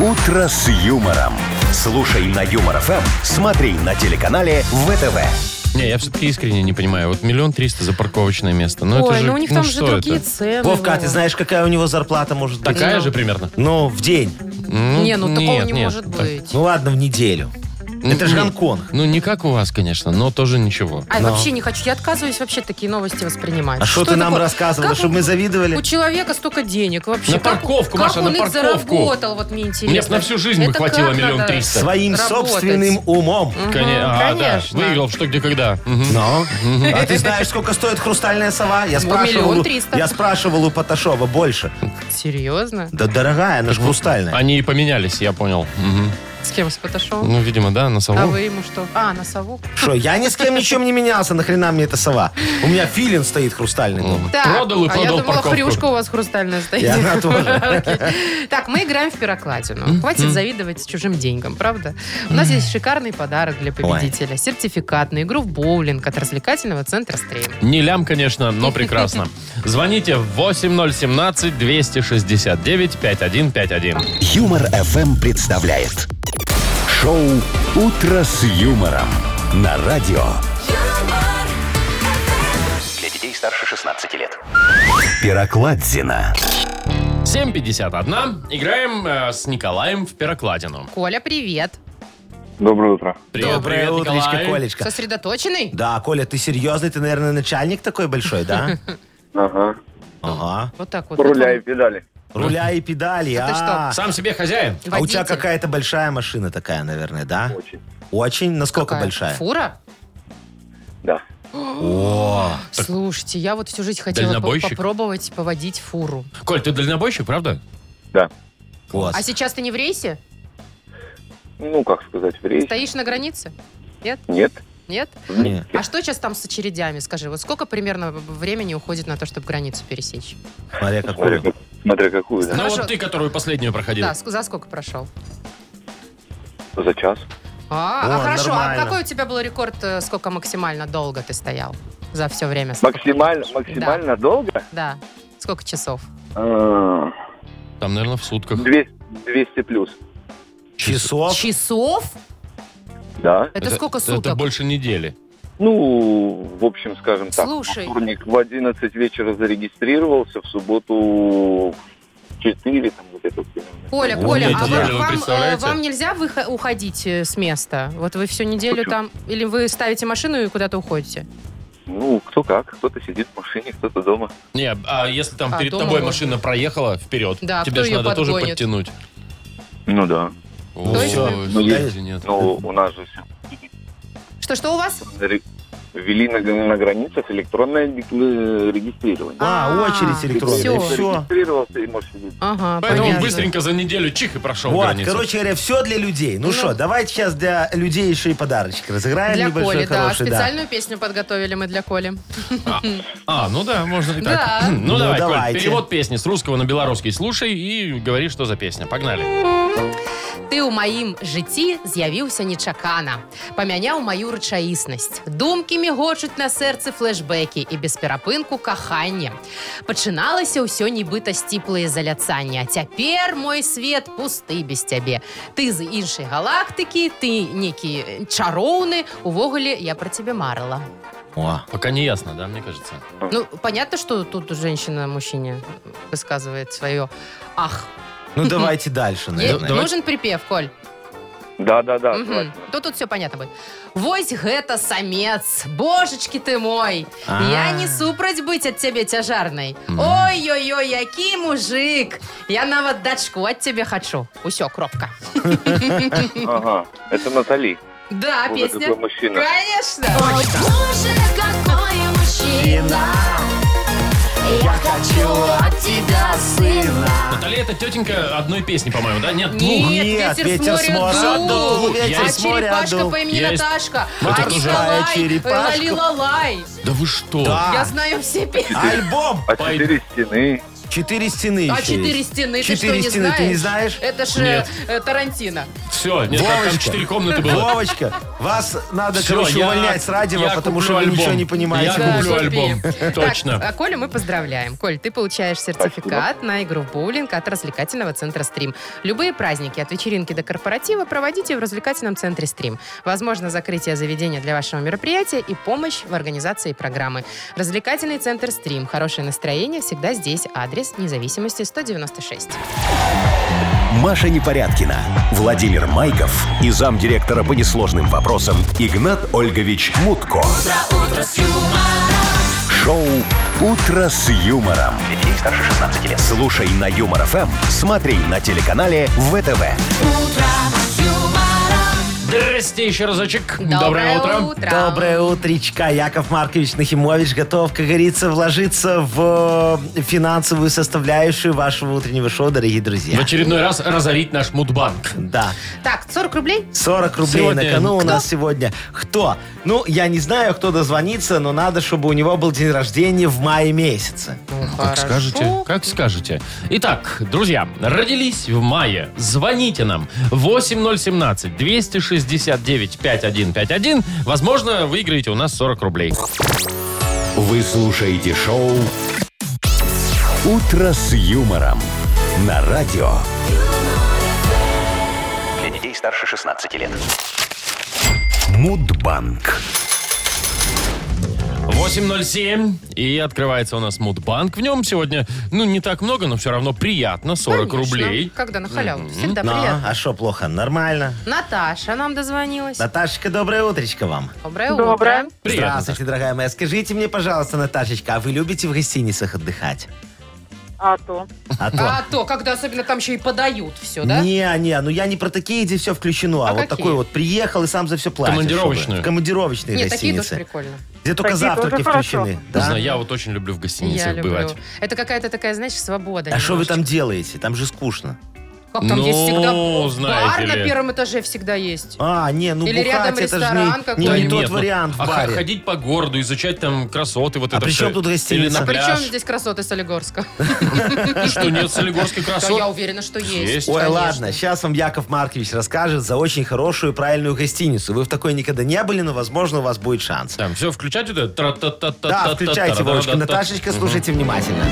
Speaker 1: «Утро с юмором». Слушай на Юмор ФМ, смотри на телеканале ВТВ.
Speaker 2: Не, я все-таки искренне не понимаю. Вот миллион триста за парковочное место.
Speaker 3: Ой,
Speaker 2: Ну, это же,
Speaker 3: ну у них там же
Speaker 2: что
Speaker 3: другие
Speaker 2: это?
Speaker 3: цены.
Speaker 4: Вовка, а ты
Speaker 3: Вова.
Speaker 4: знаешь, какая у него зарплата может быть?
Speaker 2: Такая же примерно?
Speaker 4: Ну, в день.
Speaker 3: Не, ну такого
Speaker 2: нет,
Speaker 3: не
Speaker 2: нет,
Speaker 3: может
Speaker 2: так-
Speaker 3: быть.
Speaker 4: Ну ладно, в неделю. Это же
Speaker 2: не-
Speaker 4: Гонконг.
Speaker 2: Ну, не как у вас, конечно, но тоже ничего.
Speaker 3: А
Speaker 4: Но.
Speaker 3: вообще не хочу. Я отказываюсь вообще такие новости воспринимать.
Speaker 4: А что ты нам рассказывала,
Speaker 3: Как
Speaker 4: чтобы
Speaker 3: у-
Speaker 4: мы завидовали?
Speaker 3: У человека столько денег вообще.
Speaker 2: На
Speaker 3: Как-
Speaker 2: парковку,
Speaker 3: как
Speaker 2: Маша,
Speaker 3: он
Speaker 2: на
Speaker 3: их
Speaker 2: парковку.
Speaker 3: заработал, вот мне интересно.
Speaker 2: Мне б на всю жизнь бы
Speaker 3: Это
Speaker 2: хватило
Speaker 3: как
Speaker 2: миллион
Speaker 3: надо?
Speaker 2: триста.
Speaker 4: Своим
Speaker 3: Работать.
Speaker 4: собственным умом.
Speaker 2: Коне- а, да,
Speaker 3: конечно.
Speaker 2: Выиграл в что, где, когда. Мгм.
Speaker 3: Ну.
Speaker 4: Но. А ты знаешь, сколько стоит хрустальная сова? Я спрашивал,
Speaker 3: миллион
Speaker 4: у-
Speaker 3: триста.
Speaker 4: я спрашивал у Паташова больше.
Speaker 3: Серьезно?
Speaker 4: Да дорогая, она же хрустальная.
Speaker 2: Они и поменялись, я понял. Мгм.
Speaker 3: С кем с Паташовым?
Speaker 2: Ну, видимо, да, на сову.
Speaker 3: А вы ему что? А, на сову?
Speaker 4: Что, я ни с кем ничем не менялся, нахрена мне эта сова? У меня филин стоит хрустальный дома.
Speaker 3: Так,
Speaker 2: Продал
Speaker 3: а я
Speaker 2: и продал
Speaker 3: думала,
Speaker 2: парковку.
Speaker 3: хрюшка у вас хрустальная стоит.
Speaker 4: И она тоже.
Speaker 3: Окей. Так, мы играем в пирокладину. Хватит завидовать чужим деньгам, правда? У нас есть шикарный подарок для победителя. Сертификат на игру в боулинг от развлекательного центра «Стрим».
Speaker 2: Не лям, конечно, но прекрасно. Звоните в 8017-269-5151.
Speaker 1: Юмор FM представляет шоу Утро с юмором на радио
Speaker 7: юмор,
Speaker 5: Для детей старше 16 лет.
Speaker 1: Пирокладзина.
Speaker 2: 7.51. Играем э, с Николаем в Пирокладину.
Speaker 3: Коля, привет.
Speaker 8: Доброе утро.
Speaker 2: Привет,
Speaker 4: Доброе
Speaker 2: привет,
Speaker 4: утречко,
Speaker 2: Николай.
Speaker 4: Колечка.
Speaker 3: Сосредоточенный?
Speaker 4: Да, Коля, ты серьезный, ты, наверное, начальник такой большой, да?
Speaker 8: Ага.
Speaker 4: Ага.
Speaker 3: Вот так вот.
Speaker 8: Руля и педали.
Speaker 4: Руля и педали,
Speaker 3: ты
Speaker 4: а.
Speaker 2: Сам себе хозяин.
Speaker 3: Вот он,
Speaker 4: А у тебя
Speaker 3: водитель.
Speaker 4: какая-то большая машина такая, наверное, да?
Speaker 8: Очень.
Speaker 4: Очень? Насколько
Speaker 3: Какая?
Speaker 4: большая?
Speaker 3: Фура?
Speaker 8: Да.
Speaker 4: О,
Speaker 3: Слушайте, я вот всю жизнь хотела по-
Speaker 2: Дальнобойщик?
Speaker 3: попробовать поводить фуру.
Speaker 2: Коль, ты дальнобойщик, правда?
Speaker 4: класс.
Speaker 3: А сейчас ты не в рейсе?
Speaker 8: Ну, как сказать, в рейсе?
Speaker 3: Стоишь на границе?
Speaker 8: Нет.
Speaker 3: Нет?
Speaker 4: Не.
Speaker 3: А что сейчас там с очередями, скажи? Вот сколько примерно времени уходит на то, чтобы границу пересечь?
Speaker 4: Смотри,
Speaker 8: Смотря,
Speaker 4: какой.
Speaker 8: как- смотря какую, да?
Speaker 2: Ну
Speaker 3: Хорошо.
Speaker 2: вот ты, которую последнюю проходил.
Speaker 3: Да, ск- за сколько прошел?
Speaker 8: За час.
Speaker 3: А, а
Speaker 4: О,
Speaker 3: хорошо,
Speaker 4: нормально.
Speaker 3: а какой у тебя был рекорд, э, сколько максимально долго ты стоял за все время? Сколько
Speaker 8: Максимально,
Speaker 3: ты можешь?
Speaker 8: максимально долго?
Speaker 3: Да, да. Сколько часов?
Speaker 8: Э,
Speaker 2: Там, наверное, в сутках.
Speaker 8: 200, 200 плюс.
Speaker 4: Часов.
Speaker 3: Часов?
Speaker 8: Да.
Speaker 3: Это, сколько суток?
Speaker 2: Это больше недели.
Speaker 8: Ну, в общем, скажем так.
Speaker 3: Слушай.
Speaker 8: во Вторник в 11 вечера зарегистрировался, в субботу в 4, там вот это. всё.
Speaker 3: Коля,
Speaker 2: О,
Speaker 3: Коля,
Speaker 2: нет,
Speaker 3: а
Speaker 2: неделю,
Speaker 3: вам,
Speaker 2: вы
Speaker 3: вам, э,
Speaker 2: представляете?
Speaker 3: вам нельзя выхо- уходить э, с места? Вот вы всю неделю
Speaker 8: Почему?
Speaker 3: там... Или вы ставите машину и куда-то уходите?
Speaker 8: Ну, кто как. Кто-то сидит в машине, кто-то дома.
Speaker 2: Не, а если там
Speaker 3: А,
Speaker 2: перед
Speaker 3: дома
Speaker 2: тобой
Speaker 3: можно.
Speaker 2: машина проехала вперед,
Speaker 3: Да, а
Speaker 2: тебе
Speaker 3: кто
Speaker 2: же
Speaker 3: ее
Speaker 2: надо тоже
Speaker 3: подгонит?
Speaker 2: подтянуть.
Speaker 8: Ну да.
Speaker 2: О,
Speaker 3: есть
Speaker 2: всё,
Speaker 4: вы-
Speaker 2: всё,
Speaker 8: Ну,
Speaker 2: извините, нет.
Speaker 8: Но у нас же все
Speaker 3: Что-что у вас?
Speaker 8: Ре- ввели на, на границах электронное дек- э, регистрирование.
Speaker 4: А,
Speaker 3: А,
Speaker 4: очередь электронная.
Speaker 3: всё.
Speaker 4: И Все.
Speaker 8: Зарегистрировался и можешь сидеть.
Speaker 3: Ага,
Speaker 2: Поэтому
Speaker 3: понятно.
Speaker 2: быстренько за неделю чих и прошел
Speaker 4: Вот,
Speaker 2: границу.
Speaker 4: короче говоря, все для людей. Ну что, давайте сейчас для людей еще и подарочек разыграем
Speaker 3: Для
Speaker 4: небольшой,
Speaker 3: Коли, да.
Speaker 4: хороший, да.
Speaker 3: Специальную песню подготовили мы для Коли.
Speaker 2: А, ну да, можно и
Speaker 3: Да.
Speaker 2: так. Ну,
Speaker 4: Ну,
Speaker 2: давай, Коль,
Speaker 4: давайте.
Speaker 2: перевод песни с русского на белорусский слушай и говори, что за песня. Погнали.
Speaker 3: Ты ў маім жыцці з'явіўся нечакана, памяняў маю рэчаіснасць. Думкі мігочуць на сэрцы флэшбэкі і без перапынку каханне. Пачыналася ўсё нібыта сціплае заляцанне, а цяпер мой свет пусты без цябе. Ты з іншай галактыкі, ты некі чароўны, увогуле я про цябе марыла.
Speaker 4: О,
Speaker 2: Пока не ясно, да, мне кажется.
Speaker 3: Ну понятно, что тут женщина мужчине высказывает свое ах.
Speaker 4: Ну давайте дальше,
Speaker 3: Е-
Speaker 4: наверное.
Speaker 2: давай.
Speaker 3: нужен припев, Коль.
Speaker 8: Да, да, да.
Speaker 3: Мгм. Тут тут все понятно будет. Вось гэта самец, божечки ты мой. Я
Speaker 4: А.
Speaker 3: не супраць быць ад цябе цяжарнай.
Speaker 2: Мгм.
Speaker 3: Ой-ой-ой, які мужик. Я нават дачку ад цябе хачу. Усё, кропка.
Speaker 8: Ага. Это Натали.
Speaker 3: Да,
Speaker 8: Вот
Speaker 3: песня.
Speaker 8: такой мужчина.
Speaker 3: Конечно.
Speaker 7: Ой, боже, какой мужчина, я хочу от тебя сына.
Speaker 2: Наталья, это тетенька одной песни, по-моему, да? Нет, двух.
Speaker 3: Нет,
Speaker 4: Нет,
Speaker 3: ветер с моря дул.
Speaker 4: ветер
Speaker 3: А
Speaker 4: с моря
Speaker 3: черепашка
Speaker 4: дул.
Speaker 3: по имени
Speaker 2: Есть.
Speaker 3: Наташка.
Speaker 2: Вот это тоже.
Speaker 4: Моя черепашка.
Speaker 3: лали лалай.
Speaker 2: Да вы что?
Speaker 4: Да.
Speaker 3: Я знаю все песни.
Speaker 4: А, Альбом!
Speaker 8: А
Speaker 2: Пой-
Speaker 8: четыре стены.
Speaker 4: Четыре стены
Speaker 3: А
Speaker 4: еще
Speaker 3: четыре
Speaker 4: есть.
Speaker 3: стены, ты что,
Speaker 4: Четыре
Speaker 3: не
Speaker 4: стены
Speaker 3: знаешь?
Speaker 4: ты не знаешь?
Speaker 3: Это же
Speaker 2: Нет.
Speaker 3: Тарантино.
Speaker 2: Все, нет, там- там
Speaker 4: Вовочка.
Speaker 2: четыре комнаты было.
Speaker 4: Вовочка, вас надо,
Speaker 2: Всё,
Speaker 4: короче,
Speaker 2: я-
Speaker 4: увольнять с радио,
Speaker 2: я
Speaker 4: потому
Speaker 2: куплю
Speaker 4: что вы
Speaker 2: альбом.
Speaker 4: ничего не понимаете.
Speaker 2: Я
Speaker 3: Да,
Speaker 2: куплю
Speaker 3: купи.
Speaker 2: альбом.
Speaker 3: Так,
Speaker 2: Точно.
Speaker 3: а Колю мы поздравляем. Коль, ты получаешь сертификат на игру в боулинг от развлекательного центра «Стрим». Любые праздники от вечеринки до корпоратива проводите в развлекательном центре «Стрим». Возможно, закрытие заведения для вашего мероприятия и помощь в организации программы. Развлекательный центр «Стрим». Хорошее настроение всегда здесь. Адрес независимости 196.
Speaker 1: Маша Непорядкина, Владимир Майков и замдиректора по несложным вопросам Игнат Ольгович Мутко. Шоу Утро с юмором.
Speaker 5: Детей старше 16 лет.
Speaker 1: Слушай на Юмор ФМ, смотри на телеканале ВТВ.
Speaker 2: Здрасте еще разочек. Доброе
Speaker 3: Доброе
Speaker 2: утро.
Speaker 3: утро.
Speaker 4: Доброе утречко. Яков Маркович Нахимович готов, как говорится, вложиться в э, финансовую составляющую вашего утреннего шоу, дорогие друзья.
Speaker 2: В очередной раз разорить наш мудбанк.
Speaker 4: Да.
Speaker 3: Так, 40 рублей?
Speaker 4: 40 рублей
Speaker 2: Сегодня
Speaker 4: на кону у
Speaker 2: кто?
Speaker 4: нас сегодня. Кто? Ну, я не знаю, кто дозвонится, но надо, чтобы у него был день рождения в мае месяце.
Speaker 2: Ну, Как
Speaker 3: Хорошо.
Speaker 2: скажете, как скажете. Итак, друзья, родились в мае. Звоните нам 8017-269-5151. Возможно, выиграете у нас 40 рублей.
Speaker 1: Вы слушаете шоу Утро с юмором на радио.
Speaker 5: Для детей старше 16 лет.
Speaker 1: Мудбанк.
Speaker 2: 8.07. И открывается у нас Мудбанк. В нем сегодня, ну, не так много, но все равно приятно. 40
Speaker 3: Конечно.
Speaker 2: рублей.
Speaker 3: Когда на халяву. Всегда
Speaker 4: Ну,
Speaker 3: приятно.
Speaker 4: а что плохо? Нормально.
Speaker 3: Наташа нам дозвонилась.
Speaker 4: Наташечка, доброе утречко вам.
Speaker 3: Доброе,
Speaker 6: Доброе.
Speaker 3: утро.
Speaker 2: Приятно.
Speaker 4: Здравствуйте, дорогая моя. Скажите мне, пожалуйста, Наташечка, а вы любите в гостиницах отдыхать?
Speaker 9: А то.
Speaker 4: А то...
Speaker 3: А то, когда особенно там еще и подают все, да?
Speaker 4: Не, не, ну я не про такие, где все включено, а,
Speaker 3: А
Speaker 4: вот
Speaker 3: какие?
Speaker 4: такой вот приехал и сам за все платишь.
Speaker 2: Командировочную.
Speaker 4: чтобы. В командировочные
Speaker 3: Нет, такие тоже
Speaker 4: гостиницы.
Speaker 3: прикольно.
Speaker 4: Где только
Speaker 9: Такие
Speaker 4: завтраки
Speaker 9: тоже хорошо.
Speaker 4: включены.
Speaker 2: Не
Speaker 4: да?
Speaker 2: знаю, я вот очень люблю в
Speaker 3: Я
Speaker 2: гостиницах
Speaker 3: люблю.
Speaker 2: бывать.
Speaker 3: Это какая-то такая, знаешь, свобода.
Speaker 4: А что вы
Speaker 3: немножечко.
Speaker 4: там делаете? Там же скучно.
Speaker 3: Как там
Speaker 2: Ну,
Speaker 3: есть всегда
Speaker 2: знаете
Speaker 3: бар на
Speaker 2: ли.
Speaker 3: первом этаже всегда есть.
Speaker 4: А, не, ну
Speaker 3: Или рядом
Speaker 4: бухать это же
Speaker 3: ресторан
Speaker 4: не- не,
Speaker 3: какой-нибудь.
Speaker 4: не
Speaker 2: Да
Speaker 4: тот
Speaker 2: нет, ну,
Speaker 4: вариант в
Speaker 2: а
Speaker 4: баре.
Speaker 2: ходить по городу, изучать там красоты, вот
Speaker 4: А
Speaker 2: это
Speaker 4: при
Speaker 2: все.
Speaker 4: чем тут гостиница?
Speaker 2: Или на
Speaker 4: А
Speaker 3: При чем
Speaker 2: пляж.
Speaker 3: здесь красоты Солигорска?
Speaker 2: Что, нет солигорских
Speaker 3: Да,
Speaker 2: красот?
Speaker 3: я уверена, что есть.
Speaker 2: Есть.
Speaker 4: Ой,
Speaker 3: конечно.
Speaker 4: ладно, сейчас вам Яков Маркович расскажет за очень хорошую и правильную гостиницу. Вы в такой никогда не были, но, возможно, у вас будет шанс.
Speaker 2: Там все, включать вот это? Тра-та-та-та-та-та-та.
Speaker 4: Да, включайте, Вовочка.
Speaker 2: Та-та-та-та.
Speaker 4: Наташечка, слушайте внимательно.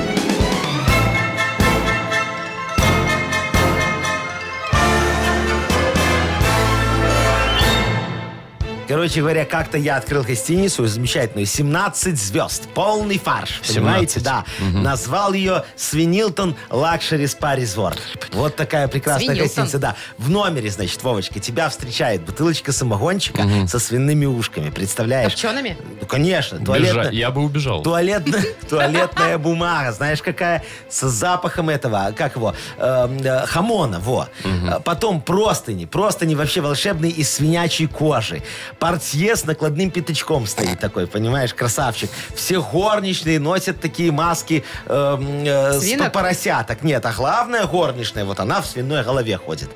Speaker 4: Короче говоря, как-то я открыл гостиницу замечательную, 17 звезд, полный фарш, понимаете,
Speaker 2: 17.
Speaker 4: да. Назвал ее Свинилтон Лакшери Спа Резорт. Вот такая прекрасная
Speaker 3: Свинилтон.
Speaker 4: гостиница, да. В номере, значит, Вовочка, тебя встречает бутылочка самогончика со свиными ушками, представляешь?
Speaker 3: Копчеными?
Speaker 4: Ну, конечно,
Speaker 2: Бежать.
Speaker 4: туалетная,
Speaker 2: Я бы убежал.
Speaker 4: туалетная, туалетная бумага, знаешь, какая, с запахом этого, как его, эм, э, хамона, во. Э, Потом простыни, простыни вообще волшебные из свинячьей кожи. Портье с накладным пятачком стоит такой, понимаешь, красавчик. Все горничные носят такие маски эм, э, с
Speaker 3: Свинок?
Speaker 4: поросяток. Нет, а главная горничная, вот она в свиной голове ходит.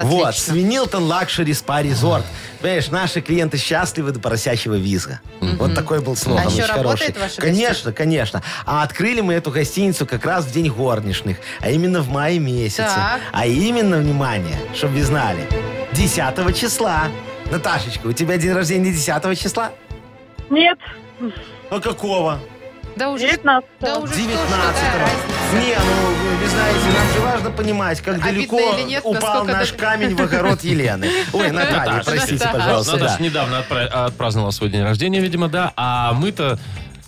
Speaker 4: Вот,
Speaker 3: Отлично.
Speaker 4: Свинилтон Лакшери Спа Резорт. Понимаешь, наши клиенты счастливы до поросячьего визга. Вот такой был слоган.
Speaker 3: А еще
Speaker 4: очень
Speaker 3: работает
Speaker 4: хороший.
Speaker 3: ваша
Speaker 4: Конечно, конечно. А открыли мы эту гостиницу как раз в день горничных, а именно в мае месяце.
Speaker 3: Так.
Speaker 4: А именно, внимание, чтобы вы знали, 10 числа. Наташечка, у тебя день рождения 10 числа?
Speaker 9: Нет,
Speaker 4: А какого?
Speaker 3: Да уже,
Speaker 9: 19
Speaker 3: да уже что ж,
Speaker 4: 19
Speaker 3: какая разница?
Speaker 4: Не, ну, вы знаете, нам же важно понимать, как
Speaker 3: Обидно
Speaker 4: далеко
Speaker 3: или нет,
Speaker 4: упал
Speaker 3: насколько
Speaker 4: наш
Speaker 3: это-
Speaker 4: камень в огород Елены. Ой, Наталья,
Speaker 2: Наташа,
Speaker 4: простите,
Speaker 3: Наташа.
Speaker 4: пожалуйста.
Speaker 2: Наташа
Speaker 4: да.
Speaker 2: недавно отпра- отпраздновала свой день рождения, видимо, да. А мы-то...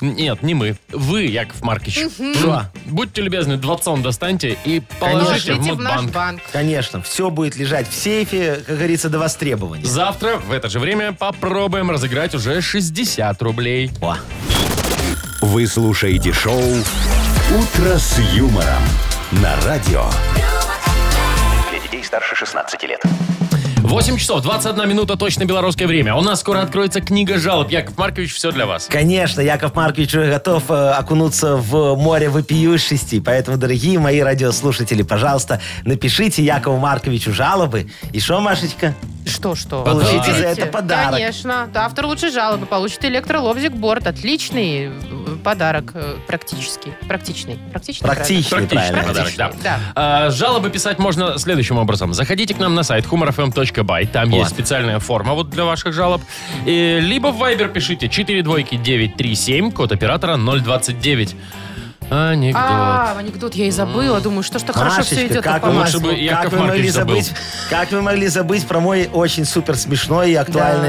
Speaker 2: Нет, не мы. Вы, Яков Маркич.
Speaker 4: Что?
Speaker 2: Будьте любезны, 20 достаньте и
Speaker 3: Положите
Speaker 2: положите в
Speaker 3: в наш
Speaker 2: Мудбанк.
Speaker 3: банк.
Speaker 4: Конечно, все будет лежать в сейфе, как говорится, до востребования.
Speaker 2: Завтра в это же время попробуем разыграть уже 60 рублей.
Speaker 4: О.
Speaker 1: Вы слушаете шоу Утро с юмором на радио.
Speaker 5: Для детей старше 16 лет.
Speaker 2: 8 часов 21 минута точно белорусское время. У нас скоро откроется книга жалоб. Яков Маркович, все для вас.
Speaker 4: Конечно, Яков Маркович уже готов э, окунуться в море вопиющести. Поэтому, дорогие мои радиослушатели, пожалуйста, напишите Якову Марковичу жалобы. И что, Машечка?
Speaker 3: Что, что?
Speaker 4: Получите
Speaker 3: Выберите.
Speaker 4: за это подарок.
Speaker 3: Конечно. Да, автор лучшей жалобы получит электролобзик борт. Отличный э, м, подарок э, практический. Практичный. Практичный
Speaker 4: Практичный,
Speaker 2: Практичный
Speaker 4: правильно.
Speaker 2: подарок, да.
Speaker 3: подарок. Да.
Speaker 2: А, Жалобы писать можно следующим образом. Заходите к нам на сайт humorfm.by. Там есть специальная форма вот для ваших жалоб. И либо в Viber пишите 4 двойки 937, код оператора 029. Анекдот.
Speaker 3: А, анекдот я и забыла. Думаю, что ж так хорошо все
Speaker 4: Машечка,
Speaker 3: идет
Speaker 4: как
Speaker 3: по
Speaker 4: вы,
Speaker 2: Лучше
Speaker 3: маслу.
Speaker 2: бы Яков
Speaker 4: как вы
Speaker 2: Маркович
Speaker 4: могли
Speaker 2: забыл.
Speaker 4: забыть, как вы могли забыть про мой очень супер смешной и актуальный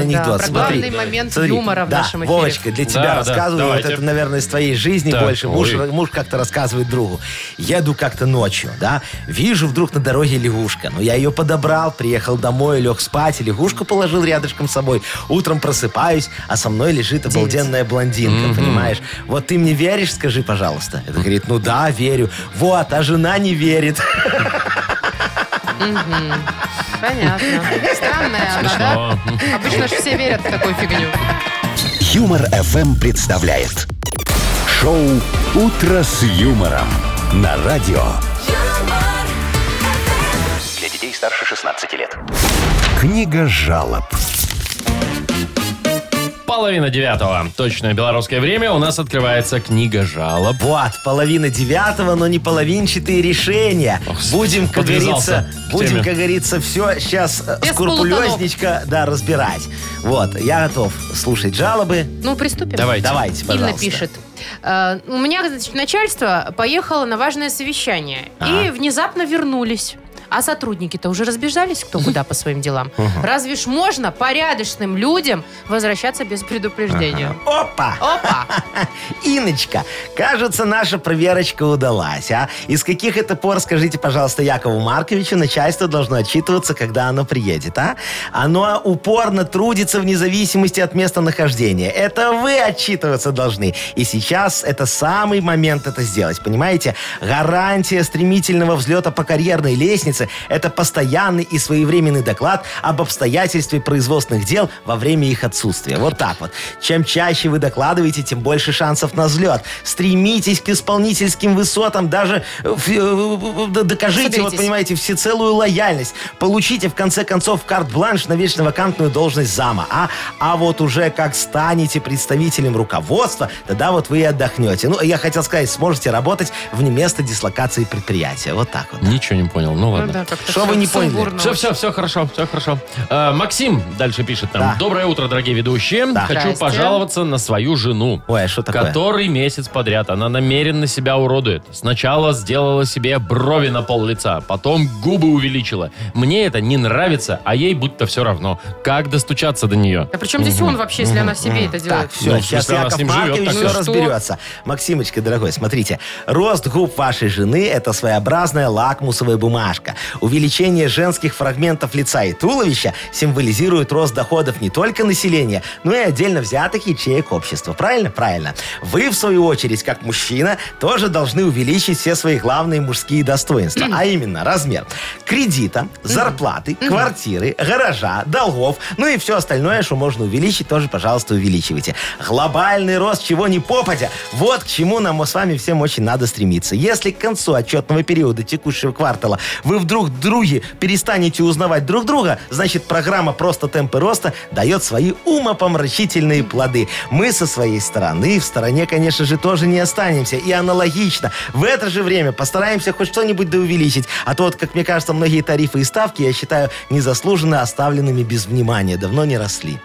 Speaker 3: Да, да,
Speaker 4: анекдот?
Speaker 3: про
Speaker 4: Смотри,
Speaker 3: главный момент
Speaker 4: смотри,
Speaker 3: юмора в
Speaker 4: да,
Speaker 3: нашем эфире.
Speaker 4: Вовочка, для тебя
Speaker 2: Да, да,
Speaker 4: рассказываю,
Speaker 2: давайте.
Speaker 4: вот это, наверное, из твоей жизни
Speaker 2: Так,
Speaker 4: больше. Муж,
Speaker 2: ой.
Speaker 4: муж как-то рассказывает другу. Еду как-то ночью, да, вижу вдруг на дороге лягушка. Ну, я ее подобрал, приехал домой, лег спать, и лягушку положил рядышком с собой. Утром просыпаюсь, а со мной лежит обалденная блондинка, понимаешь? Вот ты мне веришь, скажи, пожалуйста. Это говорит, ну да, верю. Вот, а жена не верит.
Speaker 3: Понятно. Странная она, да?
Speaker 2: Смешно.
Speaker 3: Обычно же все верят в такую фигню.
Speaker 1: Юмор FM представляет шоу Утро с юмором на радио.
Speaker 7: юмор,
Speaker 5: Для детей старше 16 лет.
Speaker 1: Книга жалоб.
Speaker 2: Половина девятого. Точное белорусское время. У нас открывается книга жалоб.
Speaker 4: Вот, половина девятого, но не половинчатые решения.
Speaker 2: Ох,
Speaker 4: будем, как
Speaker 2: подвязался
Speaker 4: говорится,
Speaker 2: к теме.
Speaker 4: будем, как говорится, все сейчас
Speaker 3: Без
Speaker 4: скрупулезничко да, разбирать. Вот, я готов слушать жалобы.
Speaker 3: Ну, приступим.
Speaker 2: Давайте.
Speaker 4: Давайте,
Speaker 3: Инна
Speaker 4: пожалуйста.
Speaker 3: пишет. «Э, У меня, значит, начальство поехало на важное совещание. И внезапно вернулись. А сотрудники-то уже разбежались кто куда по своим делам. Разве ж можно порядочным людям возвращаться без предупреждения?
Speaker 4: Опа!
Speaker 3: Опа!
Speaker 4: Иночка, кажется, наша проверочка удалась, а? Из каких это пор, скажите, пожалуйста, Якову Марковичу, начальство должно отчитываться, когда оно приедет, а? Оно упорно трудится вне зависимости от местонахождения. Это вы отчитываться должны. И сейчас это самый момент это сделать, понимаете? Гарантия стремительного взлета по карьерной лестнице – это постоянный и своевременный доклад об обстоятельстве производственных дел во время их отсутствия. Вот так вот. Чем чаще вы докладываете, тем больше шансов на взлет. Стремитесь к исполнительским высотам, даже э, в- э, д- докажите, вот
Speaker 3: Соберитесь.
Speaker 4: понимаете, всецелую лояльность. Получите, в конце концов, карт-бланш на вечно вакантную должность зама. А, а вот уже как станете представителем руководства, тогда вот вы и отдохнете. Ну, я хотел сказать, сможете работать вне места дислокации предприятия. Вот так вот.
Speaker 2: Ничего не понял. Ну ладно.
Speaker 4: Что вы не поняли?
Speaker 2: Все, все, все хорошо, все хорошо. Э, Максим дальше пишет нам.
Speaker 4: Да.
Speaker 2: Доброе утро, дорогие ведущие.
Speaker 4: Да.
Speaker 2: Хочу
Speaker 3: Здрасте.
Speaker 2: пожаловаться на свою жену.
Speaker 4: Ой, а что такое?
Speaker 2: Который месяц подряд она намеренно себя уродует. Сначала сделала себе брови на пол лица, потом губы увеличила. Мне это не нравится, а ей будто все равно. Как достучаться до нее?
Speaker 3: А при чем здесь он вообще, если она себе это делает?
Speaker 4: Так, все,
Speaker 2: Ну, в
Speaker 4: сейчас
Speaker 2: смысле, она
Speaker 4: Яков
Speaker 2: с ним живет,
Speaker 4: Маркович
Speaker 2: так
Speaker 4: все
Speaker 2: и что?
Speaker 4: разберется. Максимочка, дорогой, смотрите. Рост губ вашей жены – это своеобразная лакмусовая бумажка. Увеличение женских фрагментов лица и туловища символизирует рост доходов не только населения, но и отдельно взятых ячеек общества. Правильно? Правильно. Вы, в свою очередь, как мужчина, тоже должны увеличить все свои главные мужские достоинства, а именно размер кредита, зарплаты, квартиры, гаража, долгов, ну и все остальное, что можно увеличить, тоже, пожалуйста, увеличивайте. Глобальный рост чего не попадя. Вот к чему нам с вами всем очень надо стремиться. Если к концу отчетного периода текущего квартала вы вдруг други перестанете узнавать друг друга, значит, программа «Просто темпы роста» дает свои умопомрачительные плоды. Мы со своей стороны в стороне, конечно же, тоже не останемся. И аналогично. В это же время постараемся хоть что-нибудь да увеличить. А то, вот, как мне кажется, многие тарифы и ставки, я считаю, незаслуженно оставленными без внимания. Давно не росли.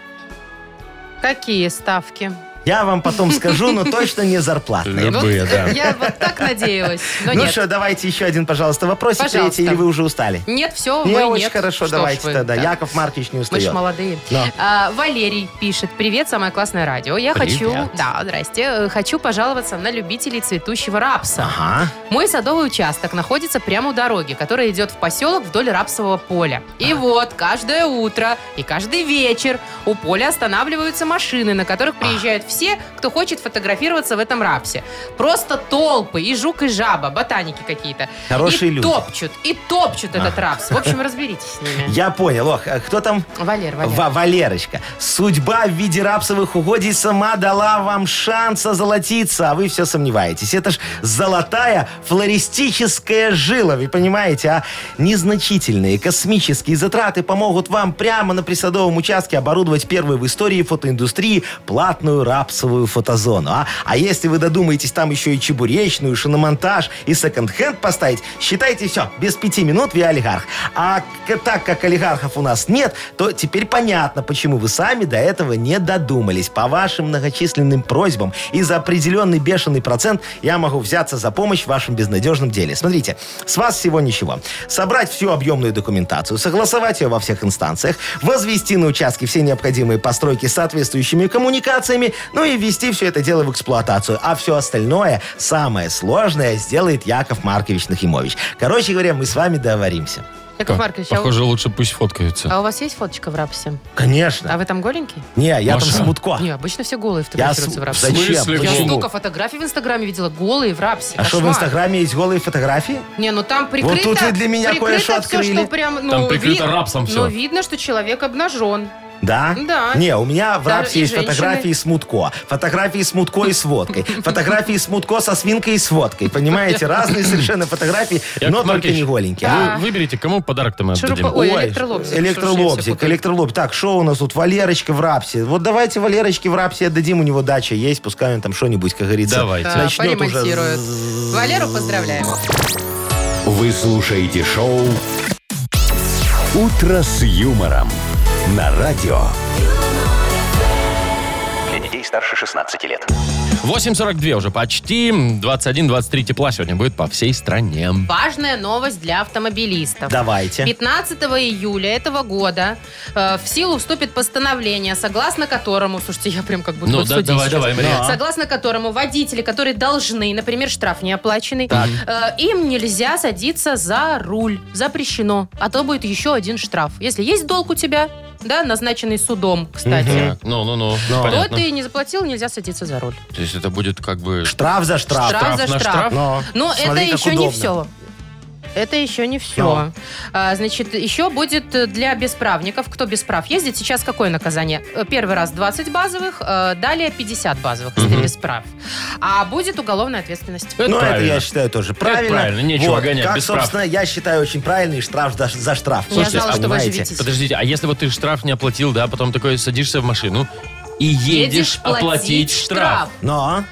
Speaker 3: Какие ставки?
Speaker 4: Я вам потом скажу, но точно не зарплатные.
Speaker 2: Любые,
Speaker 3: Вот
Speaker 2: да.
Speaker 3: Я вот так надеялась, но
Speaker 4: Ну
Speaker 3: нет.
Speaker 4: что, давайте еще один, пожалуйста, вопросик.
Speaker 3: Пожалуйста.
Speaker 4: Третий, или вы уже устали?
Speaker 3: Нет, все,
Speaker 4: Не,
Speaker 3: вы
Speaker 4: очень
Speaker 3: нет.
Speaker 4: хорошо,
Speaker 3: Что ж
Speaker 4: давайте
Speaker 3: вы,
Speaker 4: тогда.
Speaker 3: да.
Speaker 4: Яков Маркович не
Speaker 3: Мы
Speaker 4: устает.
Speaker 3: же молодые.
Speaker 4: Да.
Speaker 3: А, Валерий пишет. Привет, самое классное радио. Я
Speaker 2: Привет.
Speaker 3: хочу... Да, здрасте. Э, Хочу пожаловаться на любителей цветущего рапса.
Speaker 4: Ага.
Speaker 3: Мой садовый участок находится прямо у дороги, которая идет в поселок вдоль рапсового поля. И вот, каждое утро и каждый вечер у поля останавливаются машины, на которых приезжают все, кто хочет фотографироваться в этом рапсе. Просто толпы, и жук, и жаба, ботаники какие-то.
Speaker 4: Хорошие
Speaker 3: и
Speaker 4: люди.
Speaker 3: топчут, и топчут этот рапс. В общем, разберитесь с ними.
Speaker 4: Я понял. Ох, а кто там?
Speaker 3: Валер, Валер.
Speaker 4: Ва- Валерочка, судьба в виде рапсовых угодий сама дала вам шанс озолотиться, а вы все сомневаетесь. Это ж золотая флористическая жила, вы понимаете, а? Незначительные космические затраты помогут вам прямо на присадовом участке оборудовать первую в истории фотоиндустрии платную рапсовую релаксовую фотозону, а? А если вы додумаетесь там еще и чебуречную, и шиномонтаж, и секонд-хенд поставить, считайте все, без пяти минут вы олигарх. А к- так как олигархов у нас нет, то теперь понятно, почему вы сами до этого не додумались. По вашим многочисленным просьбам и за определенный бешеный процент я могу взяться за помощь в вашем безнадежном деле. Смотрите, с вас всего ничего. Собрать всю объемную документацию, согласовать ее во всех инстанциях, возвести на участке все необходимые постройки с соответствующими коммуникациями, ну и ввести все это дело в эксплуатацию. А все остальное, самое сложное, сделает Яков Маркович Нахимович. Короче говоря, мы с вами договоримся.
Speaker 3: Яков Маркович, а у-
Speaker 2: Похоже, лучше пусть фоткаются.
Speaker 3: а у вас есть фоточка в рапсе? А
Speaker 4: Конечно.
Speaker 3: вы там голенький?
Speaker 4: Не, я
Speaker 2: Маша.
Speaker 4: там смутко.
Speaker 3: Не, обычно все голые
Speaker 4: А. Я
Speaker 3: фотографируются в
Speaker 4: с-
Speaker 3: рапсе.
Speaker 2: В
Speaker 4: Зачем?
Speaker 2: смысле
Speaker 3: Я
Speaker 2: голые?
Speaker 4: Почему?
Speaker 3: столько фотографий в Инстаграме видела, голые в рапсе.
Speaker 4: А что, в
Speaker 3: Кошмар.
Speaker 4: Инстаграме есть голые фотографии?
Speaker 3: Не, ну там прикрыто...
Speaker 4: тут вы для меня
Speaker 3: прикрыто
Speaker 4: кое-что
Speaker 3: всё,
Speaker 4: открыли.
Speaker 3: что прям, ну,
Speaker 2: Там прикрыто рапсом всё.
Speaker 3: Но видно, что человек обнажен.
Speaker 4: Да?
Speaker 3: Да.
Speaker 4: Не, у меня в
Speaker 3: Даже
Speaker 4: рапсе
Speaker 3: и
Speaker 4: есть
Speaker 3: женщины.
Speaker 4: фотографии с Мутко, фотографии с Мутко и с водкой, фотографии с Мутко со свинкой и с водкой. Понимаете, разные совершенно фотографии,
Speaker 2: Яков
Speaker 4: но только
Speaker 2: Маркович,
Speaker 4: не голенькие. а?
Speaker 2: Вы выберите, кому подарок-то мы
Speaker 3: Шурупа-
Speaker 2: отдадим.
Speaker 3: Ой, электролобзик. Слушай, все
Speaker 4: Электролобзик,
Speaker 3: путаю.
Speaker 4: электролобзик. Так, что у нас тут? Валерочка в рапсе. Вот давайте Валерочке в рапсе отдадим, у него дача есть, пускай он там что-нибудь, как говорится.
Speaker 2: Давайте.
Speaker 3: Да,
Speaker 4: Начнет уже
Speaker 3: поремонтируют. Валеру поздравляем.
Speaker 1: Вы слушаете шоу «Утро с юмором» на радио.
Speaker 5: Для детей старше 16 лет.
Speaker 2: 8.42 уже почти. 21-23 тепла сегодня будет по всей стране.
Speaker 3: Важная новость для автомобилистов.
Speaker 4: Давайте.
Speaker 3: 15 июля этого года э, в силу вступит постановление, согласно которому, слушайте, я прям как будто
Speaker 2: Ну,
Speaker 3: в
Speaker 2: да,
Speaker 3: суде
Speaker 2: давай,
Speaker 3: сейчас.
Speaker 2: давай, Мария.
Speaker 3: Согласно которому водители, которые должны, например, штраф не оплаченный, э, им нельзя садиться за руль. Запрещено. А то будет еще один штраф. Если есть долг у тебя, да, назначенный судом, кстати,
Speaker 2: Так, Ну-ну-ну,
Speaker 3: то
Speaker 2: понятно.
Speaker 3: ты не заплатил, нельзя садиться за руль.
Speaker 2: То есть это будет как бы...
Speaker 4: Штраф за штраф.
Speaker 3: Штраф за
Speaker 2: на
Speaker 3: штраф.
Speaker 4: Но,
Speaker 3: Но
Speaker 4: смотри,
Speaker 3: Ну, это
Speaker 4: как
Speaker 3: еще не
Speaker 4: удобно.
Speaker 3: все. Это еще не все.
Speaker 4: Но.
Speaker 3: значит, еще будет э, для бесправников. Кто без прав ездит, сейчас какое наказание? Э, Первый раз 20 базовых, э, далее 50 базовых, если
Speaker 2: Мгм. Э,
Speaker 3: без прав. А будет уголовная ответственность.
Speaker 2: Это
Speaker 4: Ну, это
Speaker 2: правильно.
Speaker 4: я считаю тоже правильно.
Speaker 2: правильно, нечего
Speaker 4: Вот,
Speaker 2: гонять
Speaker 4: Как,
Speaker 2: без прав.
Speaker 4: собственно, я считаю очень правильный штраф за, за штраф.
Speaker 3: Я знала, что вы
Speaker 4: понимаете?
Speaker 3: оживитесь.
Speaker 2: Подождите, а если вот ты штраф не оплатил, да, потом такой садишься в машину и едешь оплатить штраф.
Speaker 4: Но,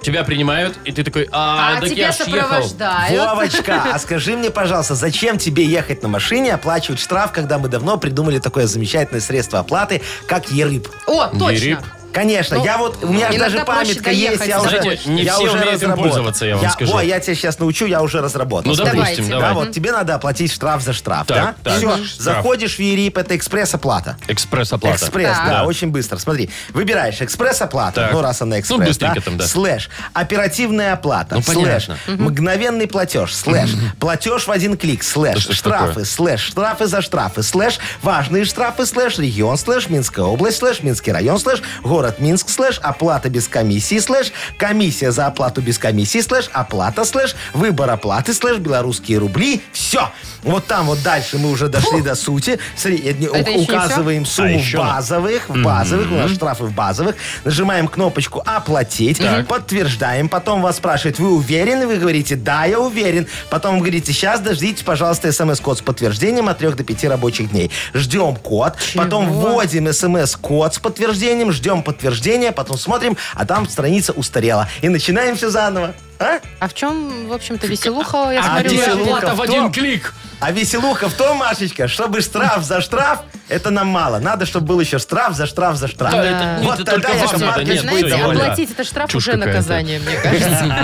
Speaker 2: Тебя принимают, и ты такой, а,
Speaker 3: А
Speaker 2: так
Speaker 3: тебя
Speaker 2: я ж ехал.
Speaker 3: сопровождают.
Speaker 4: Вовочка, а скажи мне, пожалуйста, зачем тебе ехать на машине, оплачивать штраф, когда мы давно придумали такое замечательное средство оплаты, как ЕРЫП?
Speaker 3: О, точно.
Speaker 2: Ерип.
Speaker 4: Конечно,
Speaker 3: Ну,
Speaker 4: я вот, у меня же
Speaker 3: иногда
Speaker 4: даже
Speaker 3: проще
Speaker 4: памятка
Speaker 3: доехать.
Speaker 4: есть, я уже,
Speaker 2: Знаете, не
Speaker 4: я
Speaker 2: все
Speaker 4: уже
Speaker 2: умеют им
Speaker 4: разработал.
Speaker 2: пользоваться, я вам скажу.
Speaker 4: Ой, я тебя сейчас научу, я уже разработал.
Speaker 2: Ну,
Speaker 4: Смотри,
Speaker 2: допустим,
Speaker 3: Давайте.
Speaker 2: давай.
Speaker 4: Да, вот тебе надо оплатить штраф за штраф,
Speaker 2: Так,
Speaker 4: да?
Speaker 2: так,
Speaker 4: Все,
Speaker 2: штраф.
Speaker 4: заходишь в ЕРИП, это экспресс-оплата.
Speaker 2: Экспресс-оплата.
Speaker 4: Экспресс,
Speaker 3: Так.
Speaker 4: да, очень быстро. Смотри, выбираешь экспресс-оплата,
Speaker 2: Так.
Speaker 4: ну раз она
Speaker 2: Ну,
Speaker 4: экспресс,
Speaker 2: быстренько там, да.
Speaker 4: слэш, оперативная оплата,
Speaker 2: Ну,
Speaker 4: слэш,
Speaker 2: понятно.
Speaker 4: мгновенный платеж, слэш, платеж в один клик,
Speaker 2: Да
Speaker 4: слэш,
Speaker 2: что ж
Speaker 4: штрафы,
Speaker 2: такое?
Speaker 4: слэш, штрафы за штрафы, слэш, важные штрафы, слэш, регион, слэш, Минская область, слэш, Минский район, слэш, город Минск, слэш, оплата без комиссии, слэш, комиссия за оплату без комиссии, слэш, оплата, слэш, выбор оплаты, слэш, белорусские рубли, все. Вот там вот дальше мы уже дошли до сути. Смотри, я не-
Speaker 3: Это еще не все?
Speaker 4: указываем
Speaker 2: А,
Speaker 4: сумму в
Speaker 2: еще надо.
Speaker 4: базовых, в базовых, у нас штрафы в базовых, нажимаем кнопочку «Оплатить», подтверждаем, потом вас спрашивают, вы уверены? Вы говорите «Да, я уверен». Потом вы говорите «Сейчас дождитесь, пожалуйста, смс-код с подтверждением от 3 до 5 рабочих дней». Ждем код, потом вводим смс-код с подтверждением, ждем подтверждения, потом смотрим, а там страница устарела. И начинаем все заново. А?
Speaker 3: А в чем, в общем-то, веселуха? Я
Speaker 4: А,
Speaker 3: смотрю,
Speaker 2: Здесь
Speaker 4: веселуха
Speaker 3: вы-
Speaker 2: оплата в
Speaker 4: в
Speaker 2: один
Speaker 4: том.
Speaker 2: клик.
Speaker 4: А веселуха в том, Машечка, чтобы штраф за штраф, это нам мало. Надо, чтобы был еще штраф за штраф за штраф.
Speaker 2: Да, это- нет,
Speaker 4: вот
Speaker 2: это
Speaker 4: тогда
Speaker 2: только
Speaker 4: я
Speaker 2: вам надо.
Speaker 4: Маркович
Speaker 2: Нет,
Speaker 4: будет
Speaker 2: всё,
Speaker 3: Знаете,
Speaker 2: я понял.
Speaker 4: доволен.
Speaker 3: оплатить это штраф
Speaker 2: Чушь
Speaker 3: уже
Speaker 2: какая-то.
Speaker 3: наказание, мне кажется.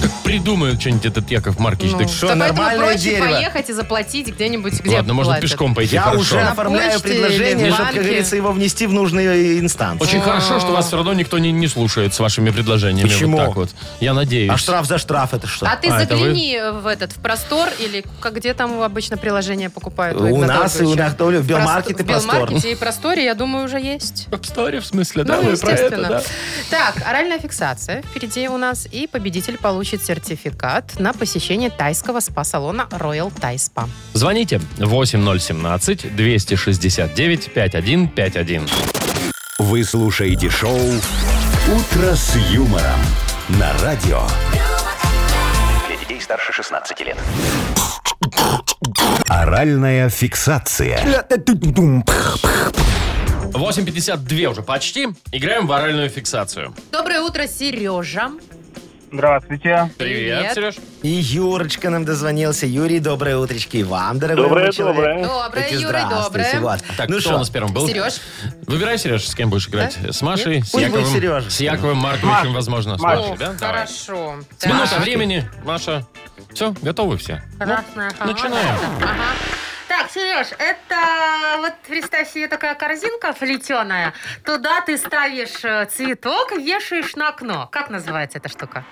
Speaker 2: Как придумают что-нибудь этот Яков Маркич.
Speaker 3: Ну,
Speaker 2: так
Speaker 4: что,
Speaker 3: да поэтому
Speaker 4: нормальное
Speaker 3: проще
Speaker 4: дерево.
Speaker 3: поехать и заплатить где-нибудь, где
Speaker 2: Ладно, можно
Speaker 3: платят.
Speaker 2: пешком пойти,
Speaker 4: Я
Speaker 2: хорошо.
Speaker 4: уже оформляю
Speaker 3: почте или
Speaker 4: предложение,
Speaker 3: в
Speaker 4: чтобы,
Speaker 3: банке.
Speaker 4: как говорится, его внести в нужные инстанции.
Speaker 2: Очень хорошо, что вас все равно никто не, не слушает с вашими предложениями.
Speaker 4: Почему?
Speaker 2: Вот так вот. Я надеюсь.
Speaker 4: А штраф за штраф это что?
Speaker 3: А ты
Speaker 2: А, это вы?
Speaker 3: загляни в этот, в простор, или как- где там обычно приложение покупают?
Speaker 4: У
Speaker 3: Игната
Speaker 4: нас и у
Speaker 3: Ольговича?
Speaker 4: Нахтовля в
Speaker 3: Прост-
Speaker 4: Белмаркете
Speaker 3: в
Speaker 4: простор.
Speaker 3: Белмаркете и просторе, я думаю, уже есть.
Speaker 2: В App Store, в смысле, да?
Speaker 3: Ну,
Speaker 2: Вы про это,
Speaker 3: естественно.
Speaker 2: да?
Speaker 3: Так, оральная фиксация впереди у нас. И победитель получит сертификат на посещение тайского спа-салона Royal Thai Spa.
Speaker 2: Звоните 8017-269-5151.
Speaker 1: Вы слушаете шоу «Утро с юмором» на радио.
Speaker 5: Для детей старше 16 лет.
Speaker 1: Оральная фиксация.
Speaker 2: 8.52 уже почти. Играем в оральную фиксацию.
Speaker 3: Доброе утро, Сережа.
Speaker 6: Здравствуйте.
Speaker 2: Привет,
Speaker 3: Привет.
Speaker 2: Сереж.
Speaker 4: И Юрочка нам дозвонился. Юрий, доброе утречко. И вам, дорогой
Speaker 6: Доброе,
Speaker 4: мой человек.
Speaker 6: доброе.
Speaker 3: Доброе,
Speaker 4: Таки
Speaker 3: Юрий,
Speaker 4: здравствуйте.
Speaker 3: доброе.
Speaker 4: Вот.
Speaker 2: Так,
Speaker 4: ну
Speaker 2: кто
Speaker 4: что,
Speaker 2: у нас первым был?
Speaker 3: Сереж.
Speaker 2: Выбирай, Сереж, с кем будешь играть. С Машей, с
Speaker 4: Пусть будет
Speaker 2: Яковым,
Speaker 4: Сережа.
Speaker 2: с Яковым Марковичем,
Speaker 6: Маша.
Speaker 2: возможно. С
Speaker 6: Маша.
Speaker 2: Машей, да? Давай.
Speaker 3: Хорошо. Так.
Speaker 2: Минута времени, Маша. Все, готовы все. Ну,
Speaker 3: Красная холода.
Speaker 2: Начинаем.
Speaker 3: Ага. Так, Сереж, это А вот представь себе такая корзинка плетеная. Туда ты ставишь э, цветок, вешаешь на окно. Ну, Как называется эта штука?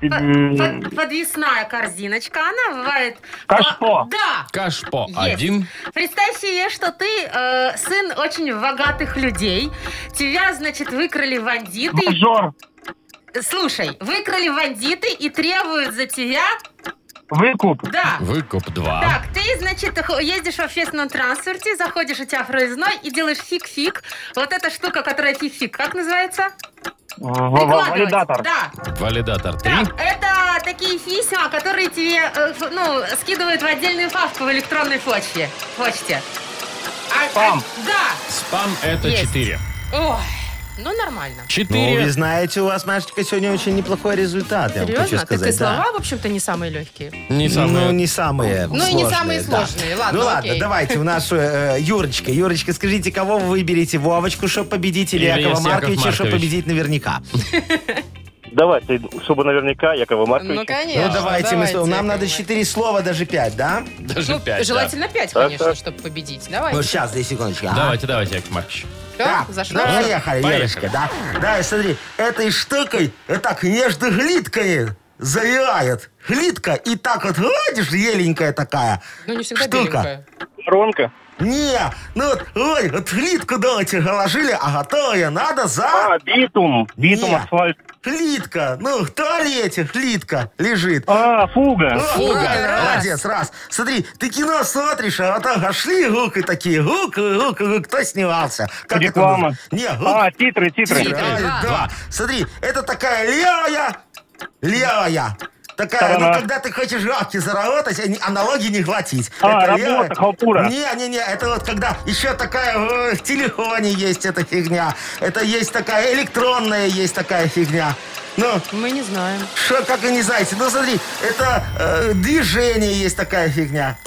Speaker 3: Под- подвесная корзиночка. Она бывает...
Speaker 6: Кашпо.
Speaker 3: А, Да.
Speaker 2: Кашпо
Speaker 3: Есть.
Speaker 2: один.
Speaker 3: Представь себе, что ты э, сын очень богатых людей. Тебя, значит, выкрали бандиты.
Speaker 6: Жор,
Speaker 3: Слушай, выкрали бандиты и требуют за тебя...
Speaker 6: выкуп.
Speaker 3: Да.
Speaker 2: Выкуп два.
Speaker 3: Так, ты, значит, х- ездишь в общественном транспорте, заходишь, у тебя проездной, и делаешь фиг-фиг. Вот эта штука, которая фиг-фиг, как называется?
Speaker 4: А,
Speaker 3: Прикладывать. Да.
Speaker 2: Валидатор три.
Speaker 3: Так, это такие письма, которые тебе, э, ф- ну, скидывают в отдельную папку в электронной почте. почте. А- а-
Speaker 6: Спам.
Speaker 3: да.
Speaker 2: Спам это
Speaker 3: Есть.
Speaker 2: четыре.
Speaker 3: Ой, ну нормально.
Speaker 4: Ну, вы
Speaker 2: Четыре.
Speaker 4: знаете, у вас, Машечка, сегодня очень неплохой результат, я вам хочу
Speaker 3: Серьезно?
Speaker 4: сказать.
Speaker 3: Так и
Speaker 4: да.
Speaker 3: слова, в общем-то, не самые легкие.
Speaker 2: Не самое.
Speaker 4: Ну, не самые
Speaker 3: Ну, и не самые
Speaker 4: да.
Speaker 3: сложные. Ладно,
Speaker 4: Ну, ладно,
Speaker 3: окей.
Speaker 4: давайте в нашу э, Юрочка. Юрочка, скажите, кого вы выберете? Вовочку, чтобы победить, или
Speaker 2: Или
Speaker 4: Якова
Speaker 2: Яков
Speaker 4: Марковича, чтобы
Speaker 2: Маркович.
Speaker 4: победить наверняка? Ну,
Speaker 6: Давайте, чтобы наверняка Якова Марковича.
Speaker 3: конечно.
Speaker 4: Ну, давайте. мы с- Нам надо четыре слова, даже пять, да? Ну,
Speaker 2: Даже пять. да.
Speaker 3: Ну, желательно пять, конечно, чтобы победить. Давайте.
Speaker 4: Вот сейчас, две секундочки. ага.
Speaker 2: Давайте, давайте, Яков Маркович.
Speaker 3: Все, зашло.
Speaker 4: Ну, поехали,
Speaker 2: Поехали.
Speaker 4: Верочка, да. Да, и смотри, этой штукой вот так между глиткой завивает. Глитка, и так вот гладишь, еленькая такая.
Speaker 3: Ну, не всегда
Speaker 4: штука.
Speaker 3: беленькая.
Speaker 6: Воронка.
Speaker 4: Не, ну вот, ой, вот глитку давайте положили, а готовая надо за...
Speaker 6: А, битум. Битум,
Speaker 4: Не.
Speaker 6: асфальт.
Speaker 4: Глитка, ну, в туалете глитка лежит.
Speaker 6: А, фуга.
Speaker 4: О,
Speaker 2: фуга.
Speaker 4: правильно,
Speaker 3: Раз.
Speaker 4: молодец, раз. Смотри, ты кино смотришь, а вот там шли гуки такие, гук, гук, гук, кто снимался? Как это
Speaker 6: Реклама.
Speaker 4: называется? Не, гук,
Speaker 6: А, титры, титры.
Speaker 3: Титры.
Speaker 4: Правильно,
Speaker 3: Два.
Speaker 4: два. Смотри, это такая левая, левая. Такая,
Speaker 6: Сторона.
Speaker 4: ну, когда ты хочешь лапки заработать, а не- а налоги не платить.
Speaker 6: А,
Speaker 4: Это
Speaker 6: работа,
Speaker 4: левая.
Speaker 6: халтура.
Speaker 4: Не-не-не, это вот когда еще такая э, в телефоне есть эта фигня. Это есть такая электронная есть такая фигня. Ну,
Speaker 3: Мы не знаем.
Speaker 4: что, как и не знаете. Ну, смотри, это э, движение есть такая фигня.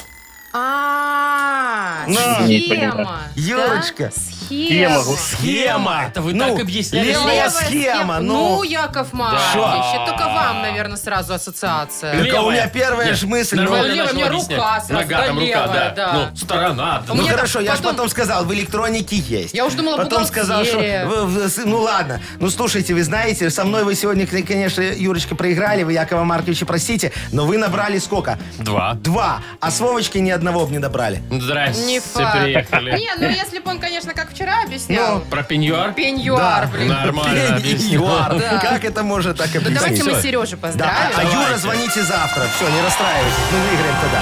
Speaker 3: А,
Speaker 4: Ну,
Speaker 6: не
Speaker 3: схема.
Speaker 6: понимаю.
Speaker 4: Юрочка.
Speaker 3: Да? Схема.
Speaker 4: Схема.
Speaker 2: Это вы
Speaker 4: Ну,
Speaker 2: так объясняли
Speaker 4: Левая
Speaker 3: Левая
Speaker 4: схема, ну.
Speaker 3: Ну, Яков Маркович, это только вам, наверное, сразу ассоциация.
Speaker 4: Так, а у меня первая
Speaker 2: Нет,
Speaker 4: ж мысль.
Speaker 2: нормально
Speaker 3: Ну, левая,
Speaker 2: начал
Speaker 3: у меня
Speaker 2: объяснять.
Speaker 3: рука сразу,
Speaker 2: Нога,
Speaker 3: да,
Speaker 2: там рука,
Speaker 3: левая,
Speaker 2: да.
Speaker 3: да.
Speaker 2: Ну, сторона. да.
Speaker 3: У
Speaker 4: Ну
Speaker 3: меня
Speaker 4: хорошо,
Speaker 3: так
Speaker 4: я же
Speaker 3: потом-
Speaker 4: потом сказал, в электронике есть.
Speaker 3: Я уж думала,
Speaker 4: Потом сказал, что...
Speaker 3: бухгалтерия.
Speaker 4: в- в- с- Ну ладно, ну слушайте, вы знаете, со мной вы сегодня, к- конечно, Юрочка, проиграли, вы Якова Марковича простите, но вы набрали сколько?
Speaker 2: Два.
Speaker 4: Два. А с Вовочкой ни одного бы не набрали.
Speaker 2: Здрасте,
Speaker 3: Не факт.
Speaker 2: приехали.
Speaker 3: Не, ну если бы он, конечно, как вчера объяснял.
Speaker 2: Про
Speaker 4: Ну,
Speaker 2: пеньюар?
Speaker 3: Пеньюар, блин.
Speaker 2: Ну, Нормально объяснил.
Speaker 4: Юар.
Speaker 3: Да.
Speaker 4: Как это можно так
Speaker 3: Да давайте
Speaker 4: объяснить?
Speaker 3: мы
Speaker 2: Всё.
Speaker 3: Сережу
Speaker 4: Да, а
Speaker 3: поздравим.
Speaker 4: Юра, звоните завтра. Все, не расстраивайтесь, мы выиграем тогда.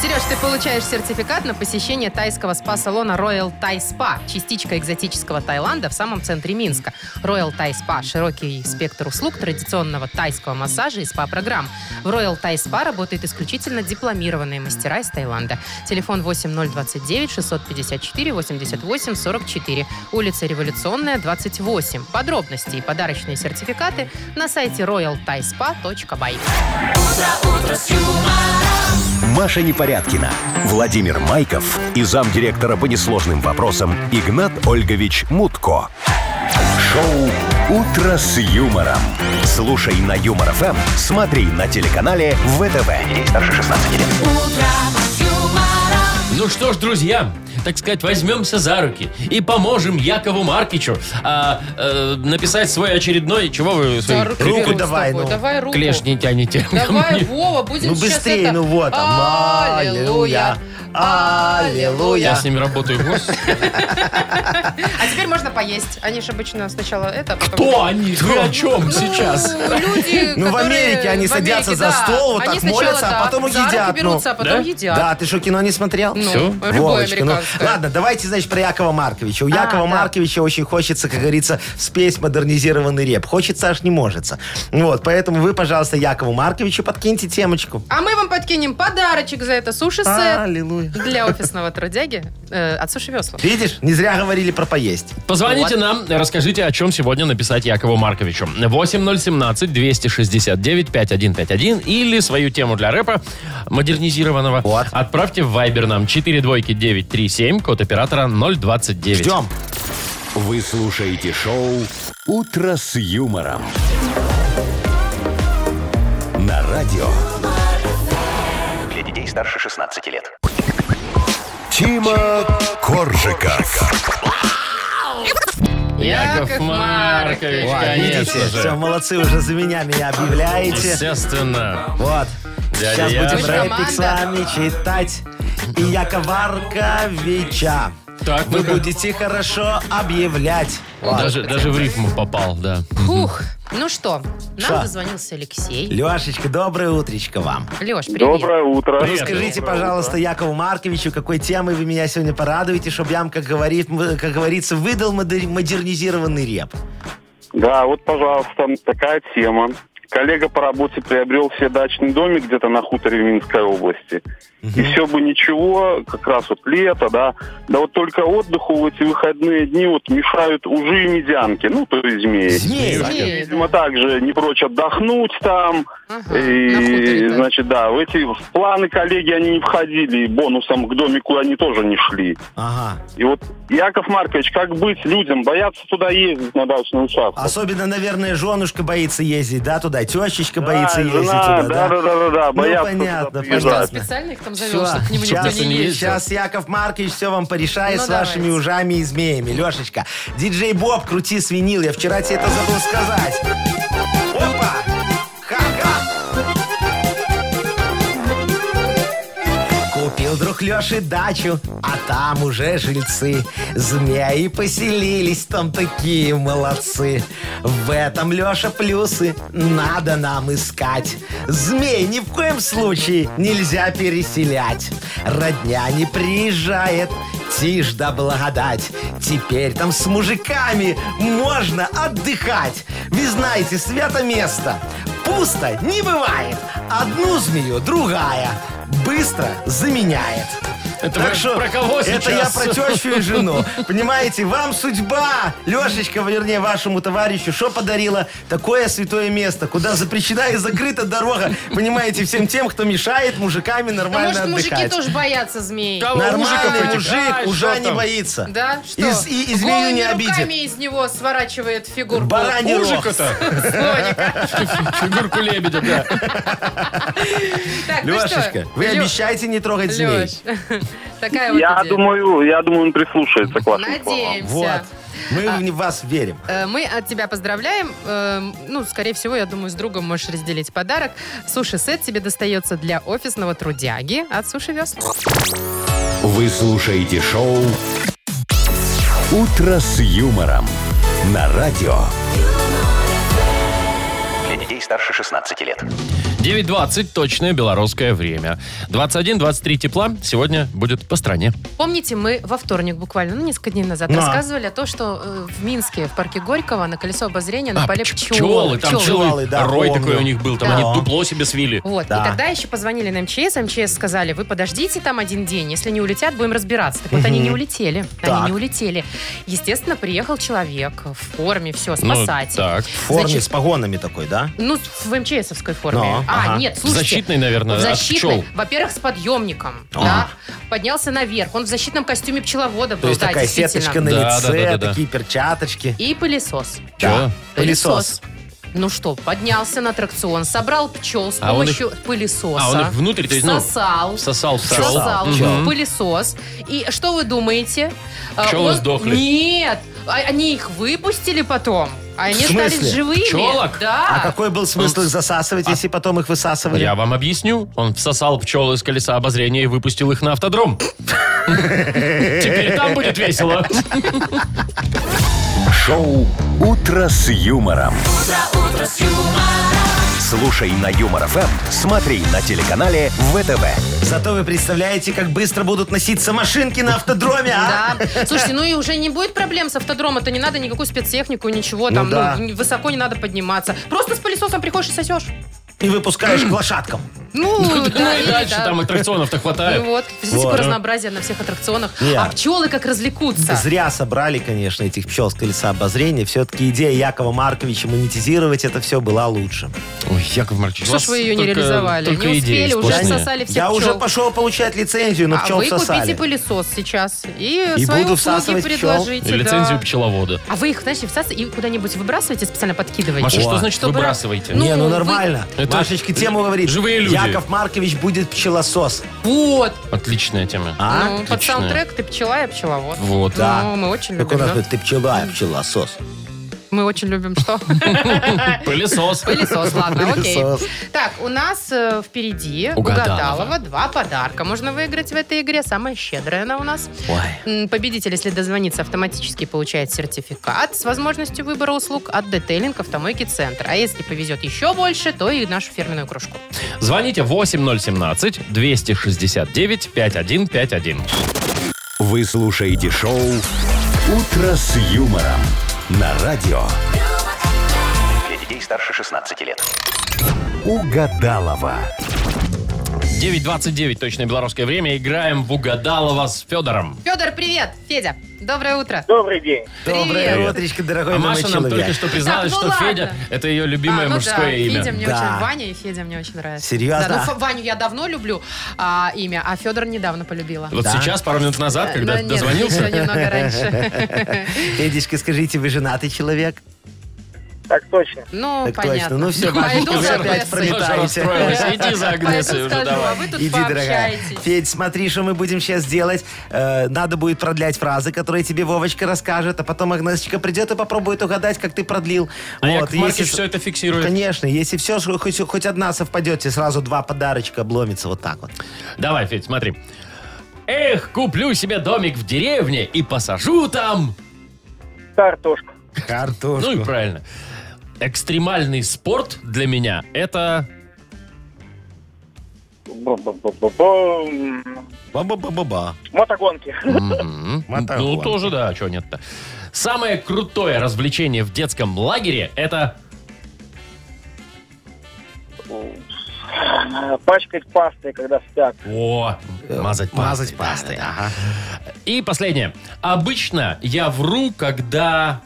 Speaker 3: Сереж, ты получаешь сертификат на посещение тайского спа-салона Royal Thai Spa. Частичка экзотического Таиланда в самом центре Минска. Royal Thai Spa – широкий спектр услуг традиционного тайского массажа и спа-программ. В Royal Thai Spa работают исключительно дипломированные мастера из Таиланда. Телефон 8029 654 88 44. Улица Революционная, 28. Подробности и подарочные сертификаты на сайте royalthaispa.by.
Speaker 1: Маша Непорядкина, Владимир Майков и замдиректора по несложным вопросам Игнат Ольгович Мутко. Шоу «Утро с юмором». Слушай на Юмор ФМ, смотри на телеканале ВТВ. Ей старше 16 лет.
Speaker 2: Ну что ж, друзья, так сказать, возьмемся за руки и поможем Якову Маркичу а, э, написать свой очередной... Чего вы свои
Speaker 4: руку
Speaker 3: беру с
Speaker 4: давай,
Speaker 3: тобой.
Speaker 4: ну.
Speaker 3: Давай руку.
Speaker 2: клешни тянете?
Speaker 3: Давай, Вова, будем
Speaker 4: Ну
Speaker 3: сейчас
Speaker 4: быстрее,
Speaker 3: это-
Speaker 4: ну вот. там. Аллилуйя.
Speaker 2: Я
Speaker 4: Аллилуйя.
Speaker 2: с ними работаю. Господи.
Speaker 3: А теперь можно поесть. Они же обычно сначала это, а потом...
Speaker 2: Кто они? Вы о чем
Speaker 3: Ну,
Speaker 2: сейчас?
Speaker 3: Люди,
Speaker 4: Ну, в
Speaker 3: которые-
Speaker 4: Америке они
Speaker 3: в Америке,
Speaker 4: садятся за
Speaker 3: да.
Speaker 4: стол, вот
Speaker 3: Они
Speaker 4: так
Speaker 3: сначала,
Speaker 4: молятся, а
Speaker 3: да,
Speaker 4: потом
Speaker 3: за руки
Speaker 4: едят, ну.
Speaker 3: берутся, а потом
Speaker 2: Да?
Speaker 3: едят.
Speaker 4: Да, ты что, кино не смотрел?
Speaker 3: Ну,
Speaker 2: Всё.
Speaker 3: любое
Speaker 4: Вовочка, ну,
Speaker 3: американское.
Speaker 4: ладно, давайте, значит, про Якова Марковича. У
Speaker 3: А,
Speaker 4: Якова
Speaker 3: да.
Speaker 4: Марковича очень хочется, как говорится, спеть модернизированный реп. Хочется, аж не может. Вот, поэтому вы, пожалуйста, Якову Марковичу подкиньте темочку.
Speaker 3: А мы вам подкинем подарочек за это суши-сет.
Speaker 4: Аллилуйя. Суши-веслами.
Speaker 3: Для офисного трудяги э, от суши-весла.
Speaker 4: Видишь, не зря говорили про поесть.
Speaker 2: Позвоните нам, расскажите, о чем сегодня написать Якову Марковичу. 8017-269-5151 или свою тему для рэпа модернизированного.
Speaker 4: Вот.
Speaker 2: Отправьте в Viber нам 42937, код оператора 029.
Speaker 4: Ждем.
Speaker 1: Вы слушаете шоу «Утро с юмором». На радио
Speaker 5: Для детей старше 16 лет.
Speaker 1: Тима Коржика.
Speaker 2: Яков Маркович,
Speaker 4: Вот,
Speaker 2: конечно
Speaker 4: видите, все,
Speaker 2: же.
Speaker 4: молодцы, уже за меня меня объявляете.
Speaker 2: Естественно.
Speaker 4: Вот.
Speaker 2: Дядя
Speaker 4: Сейчас
Speaker 2: Яша.
Speaker 4: будем
Speaker 3: Вы
Speaker 4: рэпик
Speaker 3: же
Speaker 4: с вами читать. И Яковарковича.
Speaker 2: Так,
Speaker 4: Вы
Speaker 2: ну-ка.
Speaker 4: будете хорошо объявлять. Вот.
Speaker 2: Даже, даже в рифму попал, да.
Speaker 3: Фух. Ну что, нам
Speaker 4: Шо?
Speaker 3: дозвонился Алексей.
Speaker 4: Лешечка, доброе утречко вам.
Speaker 3: Леш, привет.
Speaker 8: Доброе утро.
Speaker 2: Привет.
Speaker 4: Скажите, пожалуйста, Якову Марковичу, какой темой вы меня сегодня порадуете, чтобы я вам, как, говорит, м- как говорится, выдал модер- модернизированный реп.
Speaker 8: Да, вот, пожалуйста, такая тема. Коллега по работе приобрел себе дачный домик где-то на хуторе в Минской области. И все бы ничего, как раз вот лето, да. Да вот только отдыху в эти выходные дни вот мешают ужи и медянки, ну, то есть змеи.
Speaker 4: Змеи.
Speaker 3: Змеи,
Speaker 8: Видимо, также не прочь отдохнуть там.
Speaker 3: Ага, на хуторе,
Speaker 8: И,
Speaker 3: да.
Speaker 8: значит, да, в эти в планы коллеги они не входили, и бонусом к домику они тоже не шли.
Speaker 4: Ага.
Speaker 8: И вот, Яков Маркович, как быть людям? Боятся туда ездить на дачную участок.
Speaker 4: Особенно, наверное, женушка боится ездить, да, туда, тещечка боится
Speaker 8: Да,
Speaker 4: ездить
Speaker 8: жена,
Speaker 4: туда,
Speaker 8: да, да, да, да, да, боятся
Speaker 4: Ну,
Speaker 3: А что,
Speaker 8: туда
Speaker 4: понятно,
Speaker 3: он
Speaker 8: приезжать.
Speaker 4: понятно.
Speaker 3: специально их там завел, чтобы к нему никто
Speaker 4: Сейчас,
Speaker 3: не ездил?
Speaker 4: сейчас Яков Маркович все вам порешает
Speaker 3: Ну,
Speaker 4: с вашими
Speaker 3: давайте.
Speaker 4: ужами и змеями. Лешечка, диджей Боб, крути свинил. Я вчера тебе это забыл сказать. Опа! Ха-ха! Купил друг Леши дачу, а там уже жильцы. Змеи поселились, там такие молодцы. В этом, Леша, плюсы надо нам искать. Змей ни в коем случае нельзя переселять. Родня не приезжает, тишь да благодать. Теперь там с мужиками можно отдыхать. Вы знаете, свято место. Пусто не бывает. Одну змею другая быстро заменяет.
Speaker 2: Это вы про кого
Speaker 4: Это я
Speaker 2: сейчас?
Speaker 4: про тещу и жену. Понимаете, вам судьба, Лешечка, вернее, вашему товарищу, что подарила? Такое святое место, куда запрещена и закрыта дорога. Понимаете, всем тем, кто мешает мужиками
Speaker 3: Ну,
Speaker 4: нормально
Speaker 3: может, мужики
Speaker 4: отдыхать.
Speaker 3: тоже боятся змей?
Speaker 2: Да, мужиков
Speaker 4: Нормальный
Speaker 2: этих,
Speaker 4: мужик
Speaker 2: а,
Speaker 4: ужа
Speaker 2: что
Speaker 4: не
Speaker 2: там?
Speaker 4: боится.
Speaker 3: Да? Что?
Speaker 4: И, с- и, и змею не
Speaker 3: Голыми
Speaker 4: обидит.
Speaker 3: руками из него сворачивает фигурку.
Speaker 4: Бараний рог.
Speaker 2: Ужика-то. Фигурку лебедя, да.
Speaker 3: Так, ну что,
Speaker 4: Лешечка, вы
Speaker 3: Лё-
Speaker 4: обещаете не трогать змей.
Speaker 3: Лёш, такая вот
Speaker 8: Я
Speaker 3: идея.
Speaker 8: думаю, я думаю, он прислушается к вашим словам.
Speaker 3: Надеемся.
Speaker 4: Вот. Мы
Speaker 3: А.
Speaker 4: в вас верим.
Speaker 3: Э, Мы от тебя поздравляем. Эм, Ну, скорее всего, я думаю, с другом можешь разделить подарок. Суши-сет тебе достается для офисного трудяги от Суши Весла.
Speaker 1: Вы слушаете шоу «Утро с юмором» на радио.
Speaker 5: Для детей старше 16 лет.
Speaker 2: 9.20, точное белорусское время. 21-23 тепла сегодня будет по стране.
Speaker 3: Помните, мы во вторник буквально, ну, несколько дней назад
Speaker 4: Да.
Speaker 3: рассказывали о том, что э, в Минске, в парке Горького, на колесо обозрения
Speaker 2: А,
Speaker 3: напали
Speaker 2: пч-
Speaker 3: пчелы.
Speaker 2: Там
Speaker 4: Пчелы,
Speaker 2: целый
Speaker 4: да,
Speaker 2: рой
Speaker 4: помню.
Speaker 2: такой у них был. Там
Speaker 4: Да.
Speaker 2: они дупло себе свили.
Speaker 3: Вот,
Speaker 4: Да.
Speaker 3: и тогда еще позвонили на МЧС, МЧС сказали, вы подождите там один день, если не улетят, будем разбираться. Так вот, они не улетели,
Speaker 4: Так.
Speaker 3: они не улетели. Естественно, приехал человек в форме, все,
Speaker 2: Ну,
Speaker 3: спасатель.
Speaker 2: так.
Speaker 4: В форме
Speaker 3: Значит,
Speaker 4: с погонами такой, да?
Speaker 3: Ну, в МЧСовской форме.
Speaker 4: Но,
Speaker 3: а,
Speaker 4: ага.
Speaker 3: нет, слушайте.
Speaker 2: Защитный, наверное,
Speaker 3: в
Speaker 2: от
Speaker 3: защитной.
Speaker 2: пчел.
Speaker 3: Во-первых, с подъемником.
Speaker 4: А.
Speaker 3: Да. Поднялся наверх. Он в защитном костюме пчеловода был.
Speaker 4: То есть
Speaker 3: да,
Speaker 4: такая
Speaker 3: действительно.
Speaker 4: сеточка на
Speaker 2: Да,
Speaker 4: лице,
Speaker 2: да, да, да, да.
Speaker 4: такие перчатки.
Speaker 3: И пылесос.
Speaker 4: Да.
Speaker 2: Чё?
Speaker 4: Пылесос.
Speaker 3: Ну что, поднялся на аттракцион, собрал пчел с
Speaker 2: А он их-
Speaker 3: помощью пылесоса.
Speaker 2: А он их внутрь, то есть, ну,
Speaker 3: Всосал.
Speaker 2: Сосал пчел.
Speaker 3: Сосал
Speaker 2: Мгм.
Speaker 3: пчел, пылесос. И что вы думаете? А,
Speaker 2: Пчелы
Speaker 3: он-
Speaker 2: сдохли.
Speaker 3: Нет, а- они их выпустили потом. А они
Speaker 4: смысле?
Speaker 3: остались живыми.
Speaker 2: Пчелок?
Speaker 3: Да.
Speaker 4: А какой был смысл их засасывать, если потом их высасывали?
Speaker 2: а- Я вам объясню. Он всосал пчел из колеса обозрения и выпустил их на автодром. Теперь там будет весело.
Speaker 1: Шоу «Утро с юмором». Слушай на Юмор ФМ, смотри на телеканале ВТВ.
Speaker 4: Зато вы представляете, как быстро будут носиться машинки на автодроме, а?
Speaker 3: Да. Слушайте, ну и уже не будет проблем с автодромом. Это не надо никакую спецтехнику, ничего
Speaker 4: Ну
Speaker 3: там. ну,
Speaker 4: да.
Speaker 3: высоко не надо подниматься. Просто с пылесосом приходишь и сосешь.
Speaker 4: и выпускаешь к лошадкам.
Speaker 3: Ну, да,
Speaker 2: Ну и
Speaker 3: или
Speaker 2: дальше
Speaker 3: да.
Speaker 2: там аттракционов-то
Speaker 3: Ну
Speaker 2: хватает.
Speaker 3: вот, здесь
Speaker 4: Э, Вот.
Speaker 3: разнообразие на всех аттракционах.
Speaker 4: Не.
Speaker 3: А пчелы как развлекутся.
Speaker 4: Зря собрали, конечно, этих пчел с колеса обозрения. Все-таки идея Якова Марковича монетизировать это все была лучше.
Speaker 2: Ой, Яков Маркович, у
Speaker 3: Ну, Что ж
Speaker 2: вас
Speaker 3: вы ее не
Speaker 2: только-
Speaker 3: реализовали?
Speaker 2: только
Speaker 3: Не
Speaker 2: идеи
Speaker 3: успели, уже
Speaker 2: сплошные.
Speaker 3: всосали всех
Speaker 4: Я
Speaker 3: пчел.
Speaker 4: уже пошел получать лицензию на
Speaker 3: А
Speaker 4: пчел
Speaker 3: вы
Speaker 4: сосали.
Speaker 3: купите пылесос сейчас и,
Speaker 4: И
Speaker 3: свои
Speaker 4: буду
Speaker 3: услуги
Speaker 4: всасывать пчел.
Speaker 3: предложите.
Speaker 2: И лицензию
Speaker 3: да.
Speaker 2: пчеловода.
Speaker 3: А вы их, знаете, всас и куда-нибудь выбрасываете, специально подкидываете?
Speaker 2: Маша, что
Speaker 4: О.
Speaker 2: значит
Speaker 3: Чтобы-
Speaker 2: выбрасывайте?
Speaker 3: Ну,
Speaker 4: не, ну
Speaker 3: вы-
Speaker 4: нормально.
Speaker 2: Это
Speaker 4: Машечка тему говорит.
Speaker 2: живые люди.
Speaker 4: Яков Маркович будет пчелосос.
Speaker 3: Вот.
Speaker 2: Отличная тема.
Speaker 4: А?
Speaker 3: Ну, под
Speaker 2: отлично.
Speaker 3: саундтрек ты пчела, я пчеловод.
Speaker 2: Вот.
Speaker 4: Да.
Speaker 3: Ну, мы очень
Speaker 4: Как у
Speaker 3: любим,
Speaker 4: нас
Speaker 3: да?
Speaker 4: говорит, ты пчела, а пчелосос.
Speaker 3: Мы очень любим что?
Speaker 2: Пылесос.
Speaker 3: Пылесос, ладно, А, окей.
Speaker 4: Пылесос.
Speaker 3: Так, у нас э, впереди у
Speaker 2: Угадалова.
Speaker 3: Гадалова два подарка. Можно выиграть в этой игре. Самая щедрая она у нас. М, Победитель, если дозвонится, автоматически получает сертификат с возможностью выбора услуг от детейлинг автомойки «Центр». А если повезет еще больше, то и нашу фирменную кружку.
Speaker 2: Звоните 8017-269-5151.
Speaker 1: Вы слушаете шоу «Утро с юмором» на радио
Speaker 5: Для детей старше 16 лет.
Speaker 1: Угадалова.
Speaker 2: 9.29, точное белорусское время. Играем в Угадалова с Федором.
Speaker 3: Федор, привет! Федя, доброе утро!
Speaker 6: Добрый день.
Speaker 4: Доброе утречко, дорогой
Speaker 2: А
Speaker 4: мой
Speaker 2: Маша нам
Speaker 4: человек.
Speaker 2: только что призналась,
Speaker 3: Так, ну
Speaker 2: что
Speaker 3: ладно.
Speaker 2: Федя – это ее любимое
Speaker 3: А, ну
Speaker 2: мужское
Speaker 3: да,
Speaker 2: имя.
Speaker 3: Федя мне
Speaker 4: Да.
Speaker 3: очень, Ваня и Федя мне очень нравится.
Speaker 4: Серьезно?
Speaker 3: Да, ну, Ф- Ваню я давно люблю а, имя, а Федора недавно полюбила.
Speaker 2: Вот
Speaker 4: Да.
Speaker 2: сейчас, пару минут назад, когда
Speaker 3: Но Э, нет,
Speaker 2: дозвонился, а
Speaker 3: еще немного раньше.
Speaker 4: Федечка, скажите, вы женатый человек?
Speaker 6: Так точно.
Speaker 3: Ну,
Speaker 4: так
Speaker 3: понятно.
Speaker 4: точно. Ну все,
Speaker 3: Пойду за
Speaker 4: Машечка, вы опять
Speaker 3: Агнесой.
Speaker 2: Саша
Speaker 4: пролетаете.
Speaker 2: расстроилась. Иди за
Speaker 3: Пойду
Speaker 2: Агнесой уже,
Speaker 3: скажу, а
Speaker 2: давай.
Speaker 3: вы тут
Speaker 4: Иди, дорогая.
Speaker 3: пообщаетесь.
Speaker 4: Федь, смотри, что мы будем сейчас делать. Э, надо будет продлять фразы, которые тебе Вовочка расскажет, а потом Агнесочка придет и попробует угадать, как ты продлил.
Speaker 2: А Яков
Speaker 4: и
Speaker 2: Маркович
Speaker 4: если-
Speaker 2: все это фиксирует.
Speaker 4: Конечно, если все, что хоть, хоть одна совпадет, тебе сразу два подарочка обломится вот так вот.
Speaker 2: Давай, Федь, смотри. Эх, куплю себе домик в деревне и посажу там.
Speaker 6: Картошка.
Speaker 4: Картошку.
Speaker 2: Ну и правильно. Экстремальный спорт для меня это...
Speaker 6: Бу-бу-бу-бу-бум.
Speaker 4: Ба-ба-ба-ба-ба.
Speaker 6: Мотогонки.
Speaker 2: Мгм. Ну,
Speaker 4: Мотогонки.
Speaker 2: тоже, да, чего нет-то. Самое крутое развлечение в детском лагере это...
Speaker 6: Пачкать пастой, когда спят.
Speaker 2: О, мазать пастой.
Speaker 4: Э, Мазать пастой, ага.
Speaker 2: И последнее. Обычно я вру, когда...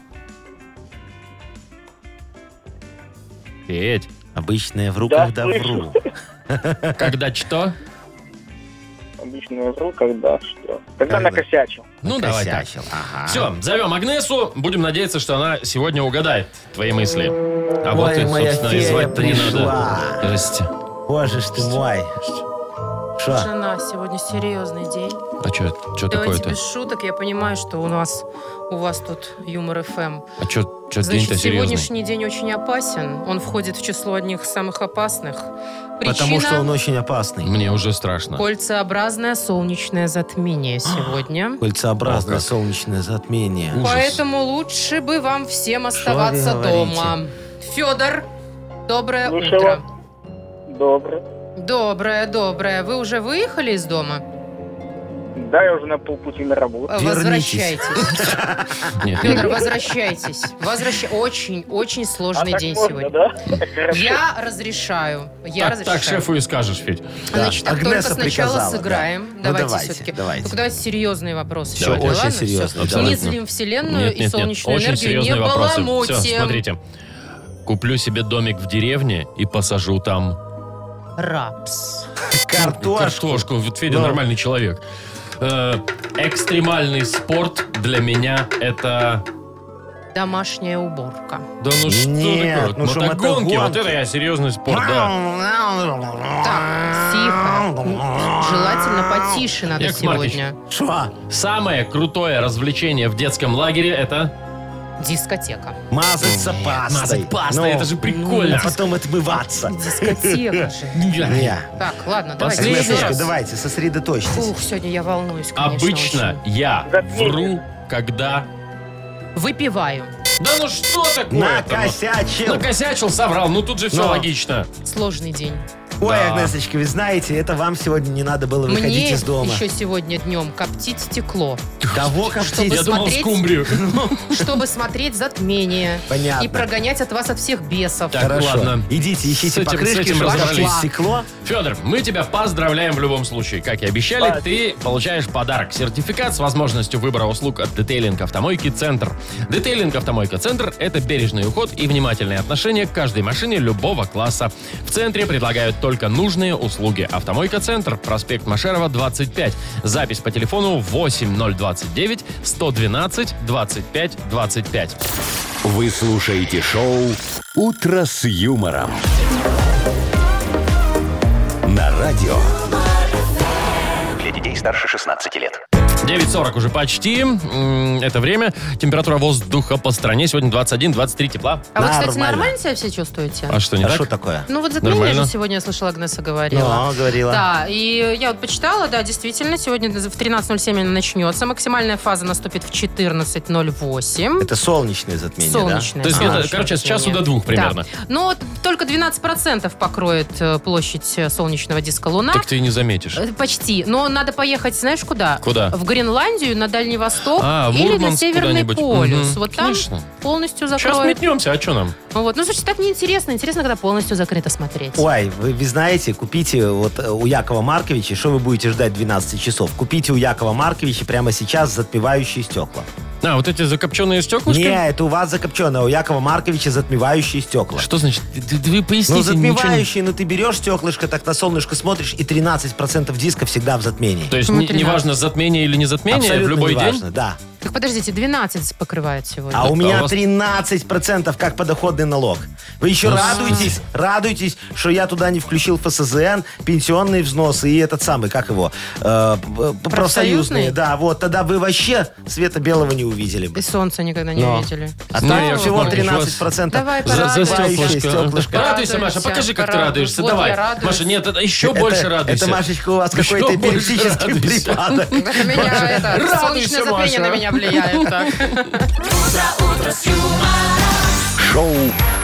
Speaker 2: Федь,
Speaker 4: Обычно я в руках
Speaker 6: Да,
Speaker 4: да вру.
Speaker 2: когда что?
Speaker 6: Обычно вру, когда что. Когда накосячил.
Speaker 2: Ну, давай так.
Speaker 4: Накосячил, ага.
Speaker 2: Все, зовем Агнесу. Будем надеяться, что она сегодня угадает твои мысли. А
Speaker 4: Ой,
Speaker 2: вот и,
Speaker 4: моя
Speaker 2: собственно, и
Speaker 4: фея
Speaker 2: звать-то не
Speaker 4: пришла.
Speaker 2: надо. Здрасте.
Speaker 4: Боже ж ты мой. Что?
Speaker 3: Жена, сегодня серьезный день.
Speaker 2: А что
Speaker 3: Давайте
Speaker 2: что такое-то?
Speaker 3: без шуток. Я понимаю, что у нас у вас тут юмор ФМ.
Speaker 2: А что день-то
Speaker 3: Значит,
Speaker 2: серьезный?
Speaker 3: сегодняшний день очень опасен. Он входит в число одних самых опасных. Причина
Speaker 4: Потому что он очень опасный.
Speaker 2: Мне уже страшно.
Speaker 3: кольцеобразное солнечное
Speaker 4: А,
Speaker 3: затмение сегодня.
Speaker 4: Кольцеобразное
Speaker 2: О, как.
Speaker 4: солнечное затмение.
Speaker 2: Ужас.
Speaker 3: Поэтому лучше бы вам всем оставаться
Speaker 4: вы говорите?
Speaker 3: дома. Федор, доброе
Speaker 6: Слушаю
Speaker 3: утро.
Speaker 6: Добрый.
Speaker 3: Доброе, доброе. Вы уже выехали из дома?
Speaker 6: Да, я уже на полпути на работу.
Speaker 3: Э,
Speaker 4: Вернитесь.
Speaker 3: Возвращайтесь.
Speaker 2: Нет,
Speaker 3: Федор, возвращайтесь. Возвращ... Очень, очень
Speaker 6: А
Speaker 3: сложный
Speaker 6: так
Speaker 3: день
Speaker 6: можно,
Speaker 3: сегодня.
Speaker 6: да?
Speaker 3: Я разрешаю. Я
Speaker 2: так,
Speaker 3: разрешаю. Ну,
Speaker 2: так шефу и скажешь, Федь.
Speaker 4: Да.
Speaker 3: Значит, так,
Speaker 4: Агнеса
Speaker 3: только сначала
Speaker 4: приказала, да.
Speaker 3: сыграем.
Speaker 4: Ну,
Speaker 3: давайте,
Speaker 4: давайте,
Speaker 3: все-таки.
Speaker 4: давайте.
Speaker 3: Только давайте серьезные вопросы.
Speaker 4: Всё,
Speaker 3: Давайте,
Speaker 4: очень
Speaker 3: ладно? Всё.
Speaker 4: серьезные,
Speaker 2: давайте.
Speaker 3: Не злим вселенную
Speaker 2: Нет,
Speaker 3: и
Speaker 2: нет, нет.
Speaker 3: солнечную
Speaker 2: Очень
Speaker 3: энергию не
Speaker 2: серьезные вопросы.
Speaker 3: баламутим.
Speaker 2: Все, смотрите. Куплю себе домик в деревне и посажу там
Speaker 3: Рапс.
Speaker 4: Картошку.
Speaker 2: картошку. Вот Федя
Speaker 4: Ну.
Speaker 2: нормальный человек. Э, экстремальный спорт для меня это...
Speaker 3: Домашняя уборка.
Speaker 2: Да ну что
Speaker 4: Нет,
Speaker 2: такое?
Speaker 4: ну что,
Speaker 2: мотогонки,
Speaker 4: мотогонки.
Speaker 2: вот это я серьезный спорт, да.
Speaker 3: Так, тихо. М, Желательно потише надо
Speaker 2: Яков Маркович.
Speaker 3: сегодня.
Speaker 4: Что?
Speaker 2: Самое крутое развлечение в детском лагере это...
Speaker 3: Дискотека.
Speaker 4: Мазаться пастой.
Speaker 2: мазать пастой, это же прикольно.
Speaker 4: А потом отмываться.
Speaker 3: Дискотека же.
Speaker 4: Не.
Speaker 3: Так, ладно, давайте
Speaker 2: Последний
Speaker 3: еще
Speaker 4: Агнесочка,
Speaker 3: раз.
Speaker 4: давайте, сосредоточьтесь.
Speaker 3: Ух, сегодня я волнуюсь, конечно,
Speaker 2: Обычно я
Speaker 6: Затмение.
Speaker 2: вру, когда...
Speaker 3: очень. Выпиваю.
Speaker 2: Да ну что такое?
Speaker 4: Накосячил.
Speaker 2: Накосячил, соврал. Ну тут же все
Speaker 4: Но.
Speaker 2: логично.
Speaker 3: Сложный день.
Speaker 4: Ой,
Speaker 2: Да.
Speaker 4: Агнесочка, вы знаете, это вам сегодня не надо было выходить
Speaker 3: Мне
Speaker 4: из дома.
Speaker 3: еще сегодня днем коптить стекло,
Speaker 4: Кого коптить?
Speaker 2: Я думал,
Speaker 3: смотреть?
Speaker 2: скумбрию.
Speaker 3: чтобы смотреть затмение
Speaker 4: Понятно.
Speaker 3: и прогонять от вас от всех бесов.
Speaker 2: Так,
Speaker 4: Хорошо.
Speaker 2: ладно.
Speaker 4: Идите,
Speaker 2: С
Speaker 4: ищите
Speaker 2: этим- с
Speaker 4: покрышки,
Speaker 2: этим
Speaker 4: чтобы
Speaker 2: разобрались.
Speaker 4: коптить стекло.
Speaker 2: Федор, мы тебя поздравляем в любом случае. Как и обещали, ты получаешь подарок. Сертификат с возможностью выбора услуг от Детейлинг Автомойки Центр. Детейлинг Автомойка Центр – это бережный уход и внимательное отношение к каждой машине любого класса. В центре предлагают только нужные услуги. Автомойка Центр, проспект Машерова, 25. Запись по телефону 8029 112 25 25.
Speaker 1: Вы слушаете шоу «Утро с юмором». На радио.
Speaker 5: Для детей старше 16 лет.
Speaker 2: 9.40 уже почти. М, Это время. Температура воздуха по стране сегодня 21-23 тепла.
Speaker 3: А вы, кстати,
Speaker 4: Нормально.
Speaker 3: нормально себя все чувствуете?
Speaker 2: А что, не
Speaker 4: А
Speaker 2: так?
Speaker 4: что такое?
Speaker 3: Ну вот затмение
Speaker 2: Нормально.
Speaker 3: же сегодня, я слышала, Агнеса говорила.
Speaker 4: Ну, говорила.
Speaker 3: Да, и я вот почитала, да, действительно, сегодня в 13.07 она начнется. Максимальная фаза наступит в 14.08.
Speaker 4: Это солнечное затмение,
Speaker 3: Солнечное.
Speaker 2: То есть, где-то,
Speaker 3: солнечное
Speaker 2: короче, с часу
Speaker 3: затмение.
Speaker 2: до двух примерно.
Speaker 3: А, Да. Но вот только 12% покроет э, площадь э, солнечного диска Луна.
Speaker 2: Так ты и не заметишь.
Speaker 3: Э, Почти. Но надо поехать, знаешь, куда?
Speaker 2: Куда?
Speaker 3: В Гренландию, на Дальний Восток
Speaker 2: А, в
Speaker 3: или на
Speaker 2: Мурманск
Speaker 3: Северный
Speaker 2: куда-нибудь.
Speaker 3: полюс.
Speaker 2: Мгм.
Speaker 3: Вот там
Speaker 2: Конечно.
Speaker 3: полностью
Speaker 2: Сейчас
Speaker 3: закроют.
Speaker 2: метнемся, а что нам?
Speaker 3: Вот. Ну, слушайте, так неинтересно. Интересно, когда полностью закрыто смотреть.
Speaker 4: да? Ой, вы, вы знаете, купите вот э, у Якова Марковича, что вы будете ждать 12 часов? Купите у Якова Марковича прямо сейчас затмевающие стекла.
Speaker 2: А, вот эти закопченные стеклышки?
Speaker 4: Не, это у вас закопченное, у Якова Марковича затмевающие стекла.
Speaker 2: Что значит? Ты- ты- Вы поясните.
Speaker 4: Ну,
Speaker 2: ничего не-
Speaker 4: затмевающие, ну ты берешь стеклышко, так на солнышко смотришь, и 13% диска всегда в затмении.
Speaker 2: То есть,
Speaker 3: Почему
Speaker 2: не-
Speaker 3: 13?
Speaker 2: неважно, затмение или не затмение,
Speaker 4: Абсолютно
Speaker 2: в любой день?
Speaker 4: неважно, да.
Speaker 3: Так подождите, 12 покрывает сегодня.
Speaker 4: А у
Speaker 2: а у
Speaker 4: меня
Speaker 2: вас-
Speaker 4: 13% как подоходный налог. Вы еще радуетесь, радуетесь, что я туда не включил ФСЗН, пенсионные взносы и этот самый, как его, э, п-
Speaker 3: Профсоюзные?
Speaker 4: профсоюзные. Да, вот, тогда вы вообще света белого не увидели бы.
Speaker 3: И солнца никогда не
Speaker 4: Но.
Speaker 3: видели.
Speaker 4: А
Speaker 2: Ну,
Speaker 4: там
Speaker 2: Яков
Speaker 4: всего
Speaker 2: Маркович,
Speaker 4: 13%.
Speaker 3: Давай,
Speaker 2: За, за
Speaker 4: Порадуйся,
Speaker 2: стеклышко.
Speaker 4: стеклышко.
Speaker 2: Радуйся, Маша,
Speaker 3: Радуйся,
Speaker 2: покажи, как ты
Speaker 3: порадуйся.
Speaker 2: радуешься.
Speaker 3: Вот
Speaker 2: Давай.
Speaker 3: я радуюсь.
Speaker 2: Маша, нет, это еще
Speaker 4: Это-
Speaker 2: больше радуйся.
Speaker 4: Это, Машечка, у вас
Speaker 2: Еще
Speaker 4: какой-то
Speaker 2: больше
Speaker 4: эпилептический
Speaker 2: радуйся.
Speaker 4: припадок.
Speaker 3: Это меня, это,
Speaker 2: Радуйся,
Speaker 3: солнечное затмение
Speaker 2: Маша.
Speaker 3: на меня влияет так.
Speaker 1: Шоу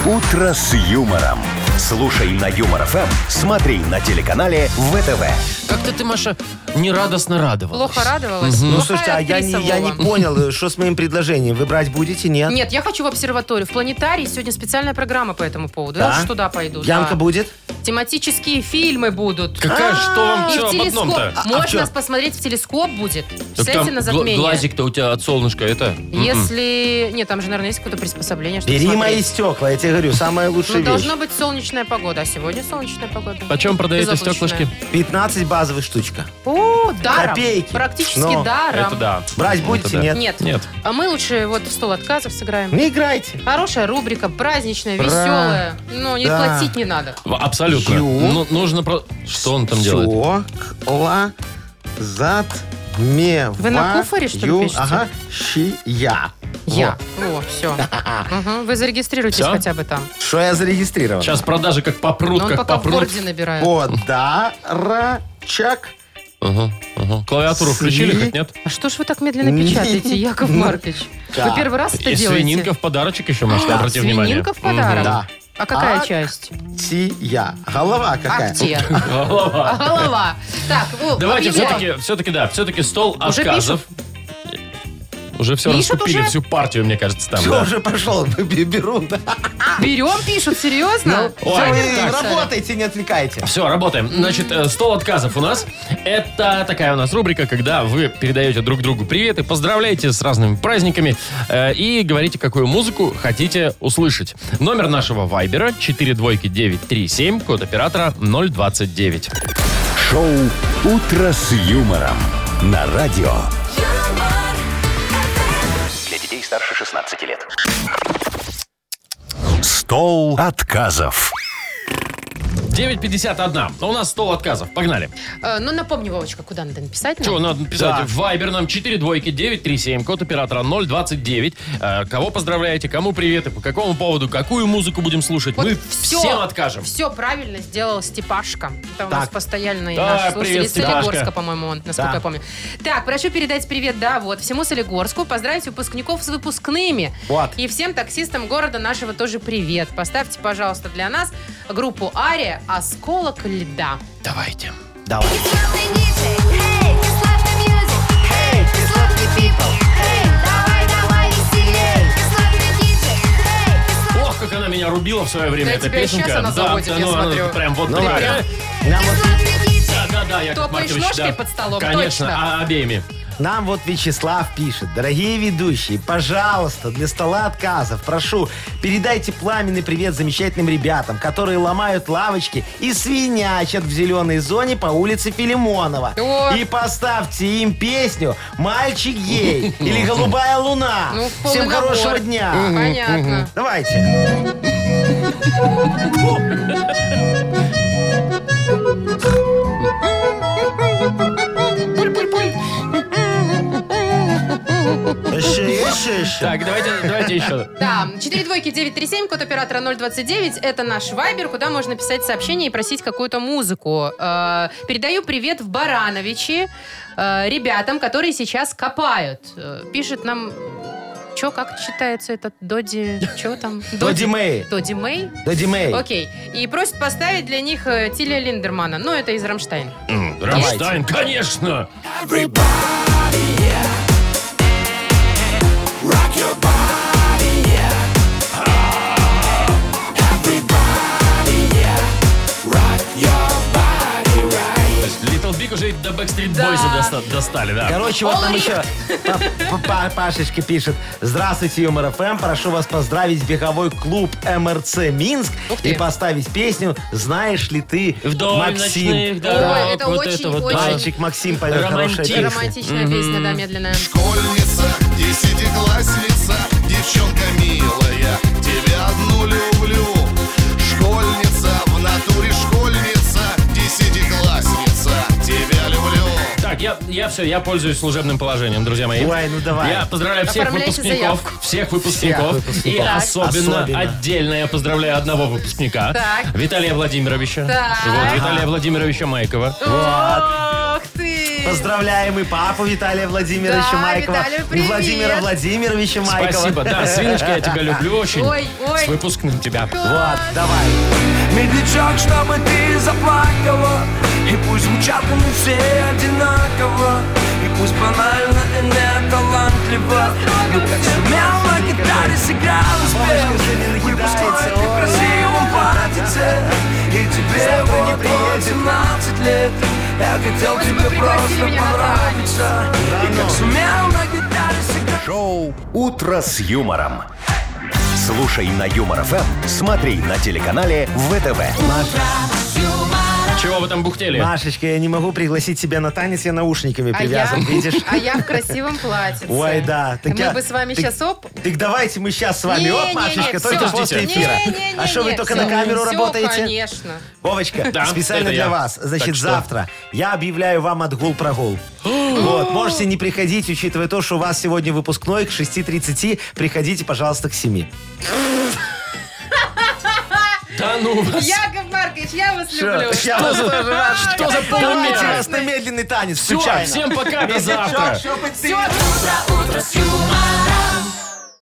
Speaker 1: «Утро с юмором». Слушай на Юмор ФМ, смотри на телеканале ВТВ.
Speaker 2: Как-то ты, Маша, нерадостно радовалась.
Speaker 3: Плохо радовалась.
Speaker 4: Ну,
Speaker 3: Плохая
Speaker 4: слушайте, а я не,
Speaker 3: актриса
Speaker 4: я не
Speaker 3: Вова.
Speaker 4: понял, э, что с моим предложением? Вы брать будете, нет?
Speaker 3: Нет, я хочу в обсерваторию. В планетарии сегодня специальная программа по этому поводу. Я
Speaker 4: Да?
Speaker 3: уж туда пойду.
Speaker 4: Ямка
Speaker 3: да.
Speaker 4: будет?
Speaker 3: Тематические фильмы будут.
Speaker 2: Какая что вам
Speaker 3: И
Speaker 2: все
Speaker 3: в
Speaker 2: об одном-то?
Speaker 3: телескоп.
Speaker 4: А, а в
Speaker 3: Можно
Speaker 4: чём?
Speaker 3: посмотреть в телескоп будет.
Speaker 2: Так
Speaker 3: Кстати,
Speaker 2: там
Speaker 3: на
Speaker 2: гла-
Speaker 3: затмение.
Speaker 2: Глазик-то у тебя от солнышка это? м-м.
Speaker 3: Если... Нет, там же, наверное, есть какое-то приспособление, чтобы
Speaker 4: Бери мои
Speaker 3: смотреть.
Speaker 4: стекла, я тебе говорю, самая
Speaker 3: Ну,
Speaker 4: лучшая вещь.
Speaker 3: должна быть солнечная погода, а сегодня солнечная погода.
Speaker 2: Почем продаете
Speaker 3: Безоблачная.
Speaker 2: стеклышки?
Speaker 4: 15 базовых штучка.
Speaker 3: О, даром.
Speaker 4: Копейки.
Speaker 3: Практически
Speaker 4: Но
Speaker 3: даром.
Speaker 2: Это да.
Speaker 4: Брать
Speaker 2: Это
Speaker 4: будете,
Speaker 2: да.
Speaker 4: нет?
Speaker 3: Нет.
Speaker 2: Нет.
Speaker 3: А мы лучше вот в стол отказов сыграем.
Speaker 4: Не играйте.
Speaker 3: Хорошая рубрика, праздничная,
Speaker 4: Бра.
Speaker 3: веселая. Но не
Speaker 4: Да.
Speaker 3: платить не надо.
Speaker 2: В- Абсолютно.
Speaker 4: Ю.
Speaker 2: Ну, нужно про... Что он там делает?
Speaker 4: Стекла затмеваю.
Speaker 3: Вы на куфоре, что ли, пишете?
Speaker 4: Ага, щия.
Speaker 3: Я. О, все. Вы зарегистрируйтесь
Speaker 2: Всё?
Speaker 3: хотя бы там.
Speaker 4: Что я зарегистрировал?
Speaker 2: Сейчас продажи как попрут,
Speaker 3: Но Ну, он
Speaker 2: как
Speaker 3: пока в
Speaker 2: попрут.
Speaker 3: борде набирает.
Speaker 4: Подарочек.
Speaker 2: Ага, ага. Ну, Клавиатуру
Speaker 4: Сли-
Speaker 2: включили, как нет?
Speaker 3: А что ж вы так медленно печатаете, Яков Маркович? Вы
Speaker 4: Ну, Да.
Speaker 3: первый раз это
Speaker 2: И
Speaker 3: делаете? А,
Speaker 2: свининка в подарочек еще, Маша, обрати внимание.
Speaker 3: Свининка в подарок?
Speaker 4: Да.
Speaker 3: А какая
Speaker 4: А,
Speaker 3: часть?
Speaker 4: Тия. Голова
Speaker 3: А
Speaker 4: какая.
Speaker 3: где?
Speaker 2: Голова.
Speaker 3: А голова. Так, о,
Speaker 2: Давайте
Speaker 3: объявляем.
Speaker 2: все-таки, все-таки, да, все-таки стол
Speaker 3: Уже
Speaker 2: отказов. Уже все
Speaker 3: Пишут
Speaker 2: раскупили,
Speaker 3: уже?
Speaker 2: всю партию, мне кажется, там.
Speaker 4: Все,
Speaker 2: да.
Speaker 4: уже пошел, беру. да.
Speaker 3: Берем, пишут, серьезно?
Speaker 2: Ой,
Speaker 4: Всё,
Speaker 2: так.
Speaker 4: работайте, не отвлекайте.
Speaker 2: Все, работаем. Значит, э, стол отказов у нас. Это такая у нас рубрика, когда вы передаете друг другу привет и поздравляете с разными праздниками э, и говорите, какую музыку хотите услышать. Номер нашего вайбера 42937, код оператора 029.
Speaker 1: Шоу «Утро с юмором» на радио.
Speaker 7: юмор,
Speaker 5: Для детей старше 16 лет.
Speaker 1: Стол отказов.
Speaker 2: 951. А У нас стол отказов. Погнали.
Speaker 3: Э, Ну, напомни, Вовочка, куда надо написать? нам?
Speaker 2: Что, надо написать? В Вайбер нам 4 двойки 937, код оператора 029. Э, кого поздравляете, кому привет и по какому поводу, какую музыку будем слушать.
Speaker 3: Вот
Speaker 2: Мы
Speaker 3: всё-
Speaker 2: всем откажем.
Speaker 3: Все правильно сделал Степашка. Это у
Speaker 4: Так.
Speaker 3: нас постоянный
Speaker 2: Да,
Speaker 3: наш слушатель
Speaker 2: привет,
Speaker 3: из Солигорска,
Speaker 2: Степашка.
Speaker 3: по-моему, он, насколько
Speaker 4: Да.
Speaker 3: я помню. Так, прошу передать привет, да, вот, всему Солигорску, поздравить выпускников с выпускными.
Speaker 4: Вот.
Speaker 3: И всем таксистам города нашего тоже привет. Поставьте, пожалуйста, для нас группу «Ария» осколок льда.
Speaker 2: Давайте.
Speaker 4: Давай.
Speaker 2: Ох, как она меня рубила в свое время,
Speaker 3: Да
Speaker 2: эта
Speaker 3: тебя и
Speaker 2: песенка.
Speaker 3: щас она заводит, я
Speaker 2: ну, она
Speaker 3: смотрю.
Speaker 2: прям вот
Speaker 4: Ну
Speaker 2: ты
Speaker 4: ладно.
Speaker 2: прям-
Speaker 4: Нам вот,
Speaker 2: Да, да, да, Яков
Speaker 3: Топаешь
Speaker 2: Маркович,
Speaker 3: ножкой
Speaker 2: да.
Speaker 3: под столом,
Speaker 2: Конечно,
Speaker 3: точно.
Speaker 2: а обеими.
Speaker 4: нам вот Вячеслав пишет. Дорогие ведущие, пожалуйста, для стола отказов, прошу, передайте пламенный привет замечательным ребятам, которые ломают лавочки и свинячат в зеленой зоне по улице Филимонова.
Speaker 3: О.
Speaker 4: И поставьте им песню «Мальчик гей» или «Голубая луна».
Speaker 3: Ну, в полный
Speaker 4: Всем
Speaker 3: набор.
Speaker 4: хорошего дня.
Speaker 3: Понятно.
Speaker 4: Давайте. Еще, еще, еще.
Speaker 2: Так, давайте, давайте еще.
Speaker 3: Да, 4 двойки 937, код оператора 029. Это наш вайбер, куда можно писать сообщение и просить какую-то музыку. Э, передаю привет в Барановичи э, ребятам, которые сейчас копают. Э, пишет нам... Че, как читается этот Доди... Че там?
Speaker 4: Доди Мэй.
Speaker 3: Доди Мэй?
Speaker 4: Дэдди Мэй.
Speaker 3: Окей. И просит поставить для них э, Тиля Линдермана. Ну, это из Рамштайн.
Speaker 2: М, Рамштайн, конечно. То есть Little Big уже и до Backstreet
Speaker 3: Да.
Speaker 2: Boys доста- достали, да.
Speaker 4: Короче, вот нам
Speaker 3: All
Speaker 4: еще Па- Па- Пашечка пишет. Здравствуйте, Юмор ФМ. Прошу вас поздравить беговой клуб МРЦ Минск
Speaker 3: Ух ты.
Speaker 4: и поставить песню «Знаешь ли ты,
Speaker 2: Вдоль
Speaker 4: Максим».
Speaker 2: ночных дорог,
Speaker 3: Ой, это
Speaker 2: вот
Speaker 3: очень,
Speaker 2: вот,
Speaker 3: очень.
Speaker 2: да.
Speaker 4: Мальчик Максим поет хорошая
Speaker 2: Романтик.
Speaker 4: песня.
Speaker 3: Романтичная песня, да, медленная.
Speaker 10: Школьница, десятиклассница, девчонка милая, тебя одну люблю. Школьница, в натуре школьница, десятиклассница, тебя люблю.
Speaker 2: Так, я, я все, я пользуюсь служебным положением, друзья мои.
Speaker 4: Ой, ну давай.
Speaker 2: Я поздравляю всех
Speaker 3: Оформляйте
Speaker 2: выпускников,
Speaker 3: заявку.
Speaker 2: всех выпускников,
Speaker 4: Всех выпускников.
Speaker 2: и
Speaker 4: Так.
Speaker 2: особенно,
Speaker 4: Особенно.
Speaker 2: отдельно я поздравляю одного выпускника,
Speaker 3: Так.
Speaker 2: Виталия Владимировича,
Speaker 3: Так.
Speaker 2: Вот, Виталия Владимировича Майкова.
Speaker 3: Ох ты!
Speaker 4: Поздравляем и папу Виталия Владимировича
Speaker 3: Да,
Speaker 4: Майкова,
Speaker 3: Виталию
Speaker 4: и Владимира
Speaker 3: привет.
Speaker 4: Владимировича Майкова.
Speaker 2: Спасибо, да, свиночка, я тебя люблю очень.
Speaker 3: Ой, ой.
Speaker 2: С выпускным тебя.
Speaker 4: Вот, давай.
Speaker 10: Медлячок, чтобы ты заплакала И пусть звучат они все одинаково И пусть банально и не талантливо Но как сумел на гитаре сыграл успех
Speaker 4: Бабушка уже не накидается,
Speaker 10: Выпускной ты
Speaker 4: ой.
Speaker 10: красивым платьице И тебе
Speaker 4: Завтра не
Speaker 10: вот
Speaker 4: приедем.
Speaker 10: 18 лет Я хотел тебе
Speaker 3: пригласили
Speaker 10: просто
Speaker 3: меня на
Speaker 10: понравиться И как сумел на гитаре сыграть
Speaker 1: Шоу «Утро с юмором». Слушай на Юмор ФМ, смотри на телеканале ВТВ.
Speaker 2: Чего вы там бухтели?
Speaker 4: Машечка, я не могу пригласить тебя на танец, я наушниками
Speaker 3: А я,
Speaker 4: привязан, видишь?
Speaker 3: а я в красивом платьице.
Speaker 4: Ой, да. так
Speaker 3: Мы
Speaker 4: я-
Speaker 3: бы с вами
Speaker 4: так-
Speaker 3: сейчас оп.
Speaker 4: Так давайте мы сейчас с вами, оп,
Speaker 3: Не-не-не,
Speaker 4: Машечка,
Speaker 3: всё.
Speaker 4: только после
Speaker 2: Подождите.
Speaker 4: эфира.
Speaker 3: Не-не-не-не,
Speaker 4: а что вы только на
Speaker 3: всё.
Speaker 4: камеру
Speaker 3: Всё,
Speaker 4: работаете?
Speaker 3: конечно.
Speaker 4: Вовочка,
Speaker 2: Да,
Speaker 4: специально
Speaker 2: это
Speaker 4: для
Speaker 2: я.
Speaker 4: вас.
Speaker 2: Так
Speaker 4: Значит,
Speaker 2: что?
Speaker 4: завтра я объявляю вам отгул-прогул. вот, можете не приходить, учитывая то, что у вас сегодня выпускной к 6.30. Приходите, пожалуйста, к 7.
Speaker 2: Да ну вас.
Speaker 3: Яков Маркович, я вас люблю.
Speaker 4: Я вас тоже рад.
Speaker 2: Что за
Speaker 4: Давайте
Speaker 2: пример?
Speaker 4: вас на медленный танец,
Speaker 2: Всё,
Speaker 4: случайно.
Speaker 2: всем пока, до
Speaker 4: Медлячок,
Speaker 2: завтра.
Speaker 4: шёпоть ты.
Speaker 7: Утро, утро с юмором.